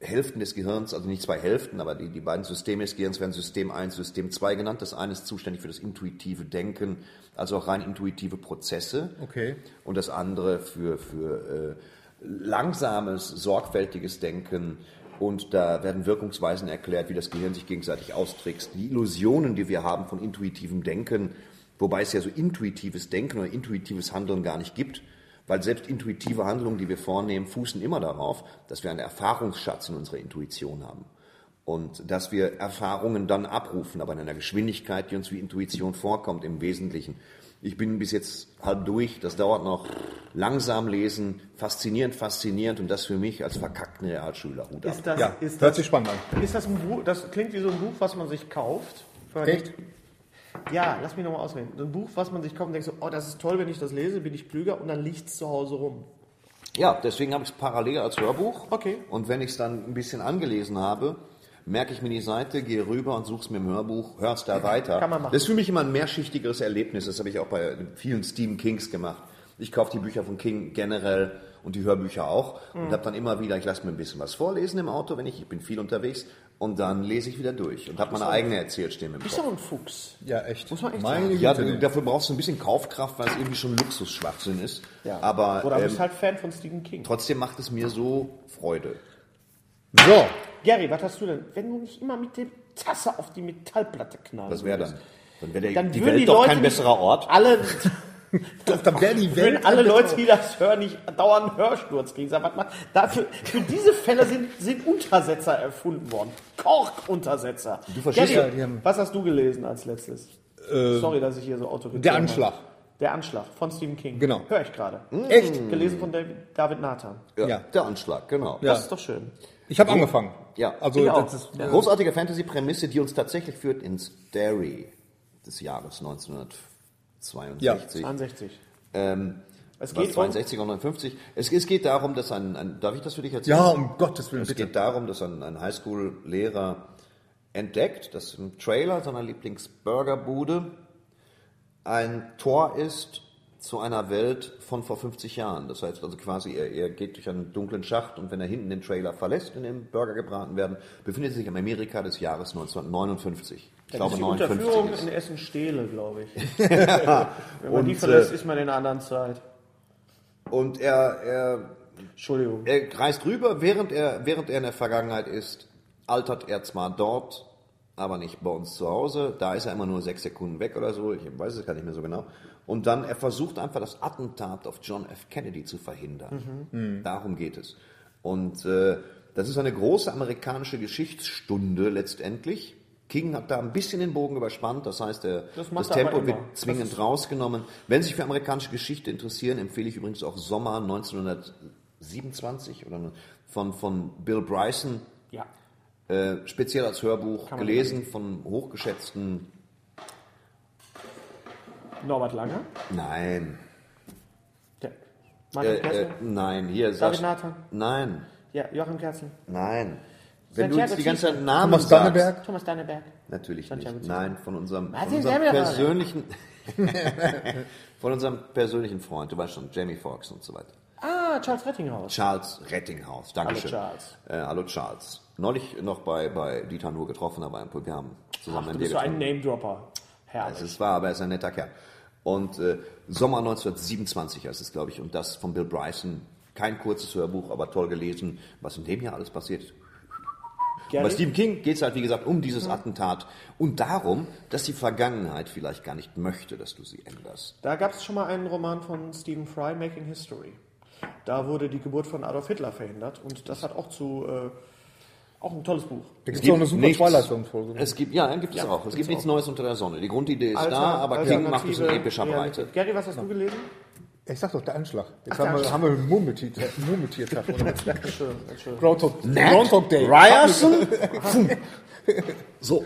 Hälften des Gehirns, also nicht zwei Hälften, aber die, die beiden Systeme des Gehirns werden System 1, System 2 genannt. Das eine ist zuständig für das intuitive Denken, also auch rein intuitive Prozesse.
Okay.
Und das andere für, für äh, langsames, sorgfältiges Denken. Und da werden Wirkungsweisen erklärt, wie das Gehirn sich gegenseitig austrickst. Die Illusionen, die wir haben von intuitivem Denken, wobei es ja so intuitives Denken oder intuitives Handeln gar nicht gibt, weil selbst intuitive Handlungen, die wir vornehmen, fußen immer darauf, dass wir einen Erfahrungsschatz in unserer Intuition haben. Und dass wir Erfahrungen dann abrufen, aber in einer Geschwindigkeit, die uns wie Intuition vorkommt im Wesentlichen. Ich bin bis jetzt halb durch, das dauert noch. Langsam lesen, faszinierend, faszinierend und das für mich als verkackten Realschüler. Hut ab.
Ist das,
Ja,
ist
hört
das
sich spannend an.
Ist das ein Buch, das klingt wie so ein Buch, was man sich kauft. Wenn man
Echt?
denkt, Ja, lass mich nochmal ausreden. So ein Buch, was man sich kauft und denkt so, oh, das ist toll, wenn ich das lese, bin ich klüger und dann liegt es zu Hause rum.
Ja, deswegen habe ich es parallel als Hörbuch.
Okay.
Und wenn ich es dann ein bisschen angelesen habe, merke ich mir die Seite, gehe rüber und suche es mir im Hörbuch, hör's da weiter.
Kann man machen.
Das ist für mich immer ein mehrschichtigeres Erlebnis. Das habe ich auch bei vielen Stephen Kings gemacht. Ich kaufe die Bücher von King generell und die Hörbücher auch und
Mhm.
habe dann immer wieder, ich lasse mir ein bisschen was vorlesen im Auto, wenn ich, ich bin viel unterwegs und dann lese ich wieder durch und habe meine eigene Erzählstimme im
Bist du
Kopf.
ein Fuchs?
Ja, echt.
Muss man echt
Meine
sagen.
Güte.
Ja, du- dafür brauchst du ein bisschen Kaufkraft, weil es irgendwie schon Luxusschwachsinn ist. Aber
Oder
ähm,
bist halt Fan von Stephen King.
trotzdem macht es mir so Freude.
So.
Gary, was hast du denn? Wenn du nicht immer mit der Tasse auf die Metallplatte knallst.
Was wäre dann? Dann wäre
Dann
die
würden
Welt
die
doch
Leute
kein
nicht-
besserer Ort.
Alle,
Doch, dann wäre die Welt.
wenn alle Leute, die das hören, nicht dauernd einen Hörsturz kriegen. Sag, was mal, dafür, für diese Fälle sind, sind Untersetzer erfunden worden. Korkuntersetzer. Du
verstehst
ja, die haben- Äh,
was hast du gelesen als letztes? Sorry, dass ich hier so autoritär
Der
war.
Anschlag.
Der Anschlag von Stephen King.
Genau.
Hör ich gerade.
Echt?
Gelesen von David, David Nathan.
Ja,
Ja.
Der Anschlag, genau.
Ja.
Das ist doch schön. Genau.
Ich habe angefangen.
Ja.
Also,
Ich auch.
das ist,
Ja. Großartige Fantasy-Prämisse, die uns tatsächlich führt ins Derry des Jahres 1962.
62.
Ähm,
Es
es
geht
geht
um-
62 und 59. Es, es geht darum, dass ein, ein, darf ich das für dich erzählen?
ja, um Gottes Willen,
Es
bitte.
geht darum, dass ein, ein Highschool-Lehrer entdeckt, dass im Trailer seiner Lieblingsburgerbude ein Tor ist zu einer Welt von vor 50 Jahren. Das heißt also quasi, er, er geht durch einen dunklen Schacht und wenn er hinten den Trailer verlässt, in dem Burger gebraten werden, befindet er sich im Amerika des Jahres 1959. Ich
Das
glaube
ist die Unterführung
59
in
ist.
Essen-Stehle, glaube ich. Wenn man
Und,
die verlässt,
äh,
ist man in einer anderen Zeit.
Und er, er
Entschuldigung.
Er reist rüber, während er, während er in der Vergangenheit ist, altert er zwar dort, aber nicht bei uns zu Hause. Da ist er immer nur sechs Sekunden weg oder so. Ich weiß es gar nicht mehr so genau. Und dann, er versucht einfach das Attentat auf John F. Kennedy zu verhindern. Darum geht es. Und äh, das ist eine große amerikanische Geschichtsstunde letztendlich. King hat da ein bisschen den Bogen überspannt, das heißt, der,
Das
das,
macht er aber
Tempo wird
immer. Das
zwingend rausgenommen. Wenn Sie sich für amerikanische Geschichte interessieren, empfehle ich übrigens auch Sommer 1927 oder ne- von, von Bill Bryson,
Ja.
äh, speziell als Hörbuch
man
gelesen von hochgeschätzten,
Norbert Langer.
nein,
Der
äh,
Martin
äh,
Kerstin.
nein, hier
David
Sas-
Nathan.
Nein,
Ja, Joachim Kerzen.
nein. Wenn du
Santiago
jetzt die ganze Zeit
Ziesel.
Namen
Thomas
sagst-
Danneberg.
Thomas Danneberg.
Natürlich
Santiago
nicht.
Ziesel.
Nein, von unserem,
Martin
von unserem
Semmelrogge.
persönlichen, von unserem persönlichen Freund, du weißt schon, Jamie Foxx und so weiter.
Ah, Charles Rettinghaus.
Charles Rettinghaus, Dankeschön.
Hallo, Charles.
Äh, hallo Charles. Neulich noch bei, bei Dieter Nur getroffen, aber ein wir Also, haben zusammen ein
Du
Bier
bist so ein
getrunken.
Name-Dropper.
Es
Herrlich.
ist wahr, aber er ist ein netter Kerl. Und äh, Sommer 1927 heißt es, glaube ich, und das von Bill Bryson. Kein kurzes Hörbuch, aber toll gelesen, was in dem Jahr alles passiert.
Gary?
Bei Stephen King geht es halt, wie gesagt, um
Mhm.
dieses Attentat und darum, dass die Vergangenheit vielleicht gar nicht möchte, dass du sie änderst.
Da gab es schon mal einen Roman von Stephen Fry, Making History. Da wurde die Geburt von Adolf Hitler verhindert und das hat auch zu äh, auch ein tolles Buch.
Da gibt es auch eine super
nichts.
Twilight
Mhm.
Zone-Folge.
Es gibt, ja, gibt es auch. Es gibt nichts Neues unter der Sonne. Die Grundidee ist da, aber King
Alternative
macht es in epischer
Realität.
Breite.
Gary, was hast du gelesen?
Ich sag doch, der Anschlag. Jetzt
der
haben, wir,
Anschlag.
haben wir einen Murmeltier- Murmeltiertag. oder was?
Schön, schön.
Groundhog, Groundhog Day.
Ryerson? so.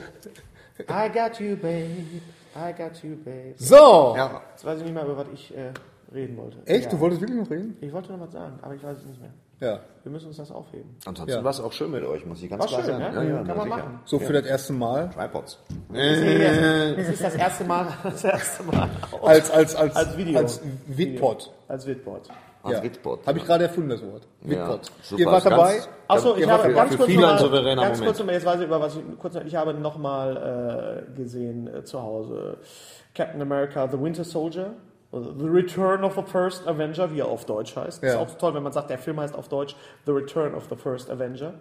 I got you, babe. I got you, babe.
So.
Ja.
Jetzt weiß ich nicht mehr, über was ich äh, reden wollte.
Echt?
Ja.
Du wolltest wirklich noch reden?
Ich wollte noch was sagen, aber ich weiß es nicht mehr.
Ja.
Wir müssen uns das aufheben.
Ansonsten
Ja.
war es auch schön mit euch, muss ich ganz
War
klar
schön,
sagen.
ne?
Ja, ja,
Kann
na,
man
sicher.
machen.
So für das erste Mal.
Tripods.
Es ist das erste Mal, das erste Mal aus-
Äh. Als, als, als,
als Video.
Als Witpot.
Als Witboard.
Als Witpod.
Habe ich gerade erfunden, das Wort. Witpot.
super.
Ihr wart
Ganz-
dabei.
Achso, ich
Ja,
habe
für-
ganz
für
kurz
viele ein
nochmal, ganz
souveräner Moment.
kurz nochmal, jetzt weiß ich über was ich kurz, ich habe nochmal äh, gesehen äh, zu Hause Captain America, The Winter Soldier, also The Return of the First Avenger, wie er auf Deutsch heißt. Ist
Ja.
auch toll, wenn man sagt, der Film heißt auf Deutsch The Return of the First Avenger.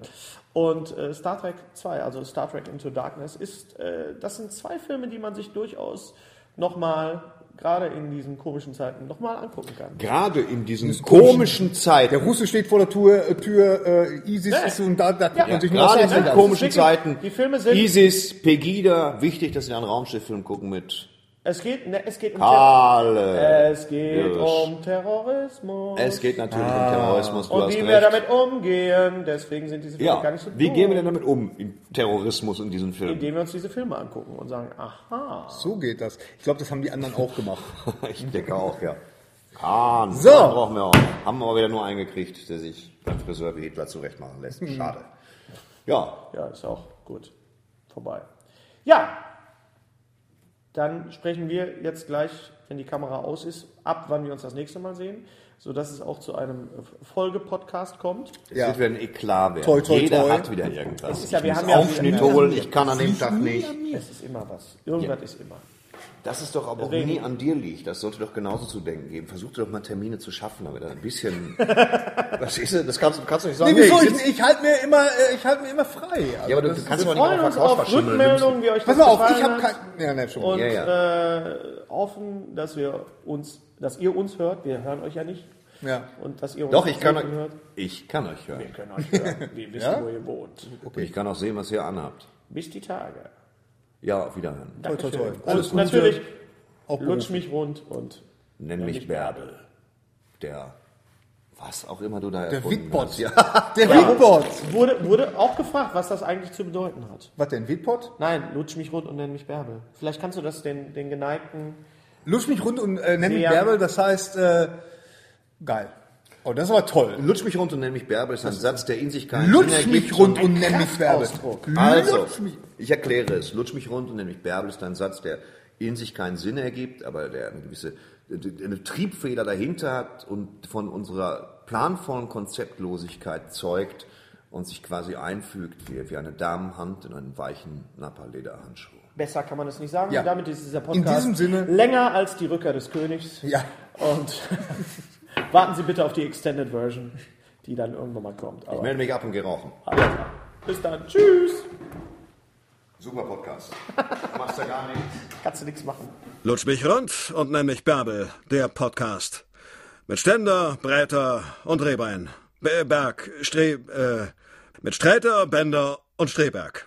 Und äh, Star Trek 2, also Star Trek Into Darkness, ist, äh, das sind zwei Filme, die man sich durchaus nochmal, gerade in diesen komischen Zeiten, nochmal angucken kann.
Gerade in diesen komischen
Der
Zeiten.
Russe steht vor der Tür, äh, Tür äh, ISIS
Ja.
ist und da, da guckt
Ja.
man sich nur
Gerade in
das
diesen
Ja,
Ausland an.
komischen
wirklich-
Zeiten.
die Filme sind-
ISIS, Pegida. Wichtig, dass wir einen Raumschifffilm gucken mit
Es geht, ne, es geht um
Ah, Kalle.
Es geht
Yes.
um Terrorismus.
Äh, Es geht natürlich um Terrorismus. Du
Äh, Ah. und
hast
wie
recht.
wir damit umgehen. Deswegen sind diese Filme
ja.
gar nicht so
Wie
dumm.
gehen wir denn damit um, im Terrorismus in diesem Film?
Indem wir uns diese Filme angucken und sagen, aha.
So geht das. Ich glaube, das haben die anderen auch gemacht.
ich denke auch, ja. Kahn.
So.
Kahn brauchen wir auch. Haben aber wieder nur einen gekriegt, der sich beim Friseur wie Hitler zurecht machen lässt.
Hm.
Schade. Ja,
Ja, ist auch gut. Vorbei. Ja. dann sprechen wir jetzt gleich, wenn die Kamera aus ist, ab, wann wir uns das nächste Mal sehen, sodass es auch zu einem äh, Folgepodcast kommt.
Es wird wieder ein Eklat werden.
Toi, toi,
Jeder
toi.
hat wieder irgendwas.
ist ja-
ich
wir
muss
haben ja-
Aufschnitte
wir haben
holen, ich kann an dem Tag nicht.
Es ist immer was. Irgendwas ist immer.
Das ist doch aber auch
Deswegen-
nie an dir liegt. Das sollte doch genauso zu denken geben. Versuch doch mal Termine zu schaffen, aber da ein bisschen. was ist denn? Das kannst, du- kannst du nicht sagen.
Nee, wieso?
ich
Ich,
sitz-
ich halte mir immer, äh, ich halte mir immer frei. Also
ja, aber du
das-
kannst
Wir
doch nicht
freuen
auf
uns
der Couch
auf
verschimmeln.
Rückmeldungen, wie euch das
Pass mal auf,
gefallen
ich habe
hat.
kein. Ja, nee, schon.
Und
Ja,
Äh, hoffen, dass wir uns, dass ihr uns hört. Wir hören euch ja nicht.
Ja.
Und dass ihr uns
Doch, ich kann,
selten hört.
euch- ich kann euch hören.
Wir können euch hören. Wir wissen, wo ihr wohnt.
Und ich kann auch sehen, was ihr anhabt.
Bis die Tage.
Ja, auf Wiederhören.
Toi, toi, toi.
Und
Alles
natürlich,
Auch
lutsch mich rund und
Nenn mich Bärbel. Der, was auch immer du da
Der
erfunden
Witbot.
hast. Ja.
Der Witbot.
wurde, wurde auch gefragt, was das eigentlich zu bedeuten hat.
Was denn, Witbot?
Nein, lutsch mich rund und nenn mich Bärbel. Vielleicht kannst du das den, den geneigten.
Lutsch mich rund und äh, nenn mich
Ja.
Bärbel, das heißt, äh, geil. Oh, das ist aber toll.
Lutsch mich rund und nenn mich Bärbel ist ein Satz, der in sich keinen Sinn
Lutsch
ergibt
mich rund und nenn mich Bärbel.
Kraftausdruck.
Also, ich erkläre es. Lutsch mich rund und nenn mich Bärbel ist ein Satz, der in sich keinen Sinn ergibt, aber der eine gewisse eine Triebfeder dahinter hat und von unserer planvollen Konzeptlosigkeit zeugt und sich quasi einfügt wie, wie eine Damenhand in einen weichen Nappa-Lederhandschuh.
Besser kann man es nicht sagen.
Ja.
Und damit ist dieser
In
Podcast
diesem Sinne-
länger als die Rückkehr des Königs.
Ja.
Und warten Sie bitte auf die Extended Version, die dann irgendwann mal kommt.
Ich
Aber
melde mich ab und geh rauchen.
alles klar. Bis dann. Tschüss.
Super Podcast. Machst ja gar nichts.
Kannst du nichts machen.
Lutsch mich rund und nenn mich Bärbel, der Podcast. Mit Ständer, Breiter und Rehbein. Be- Berg, Stre... Äh, mit Streiter, Bender und Streberg.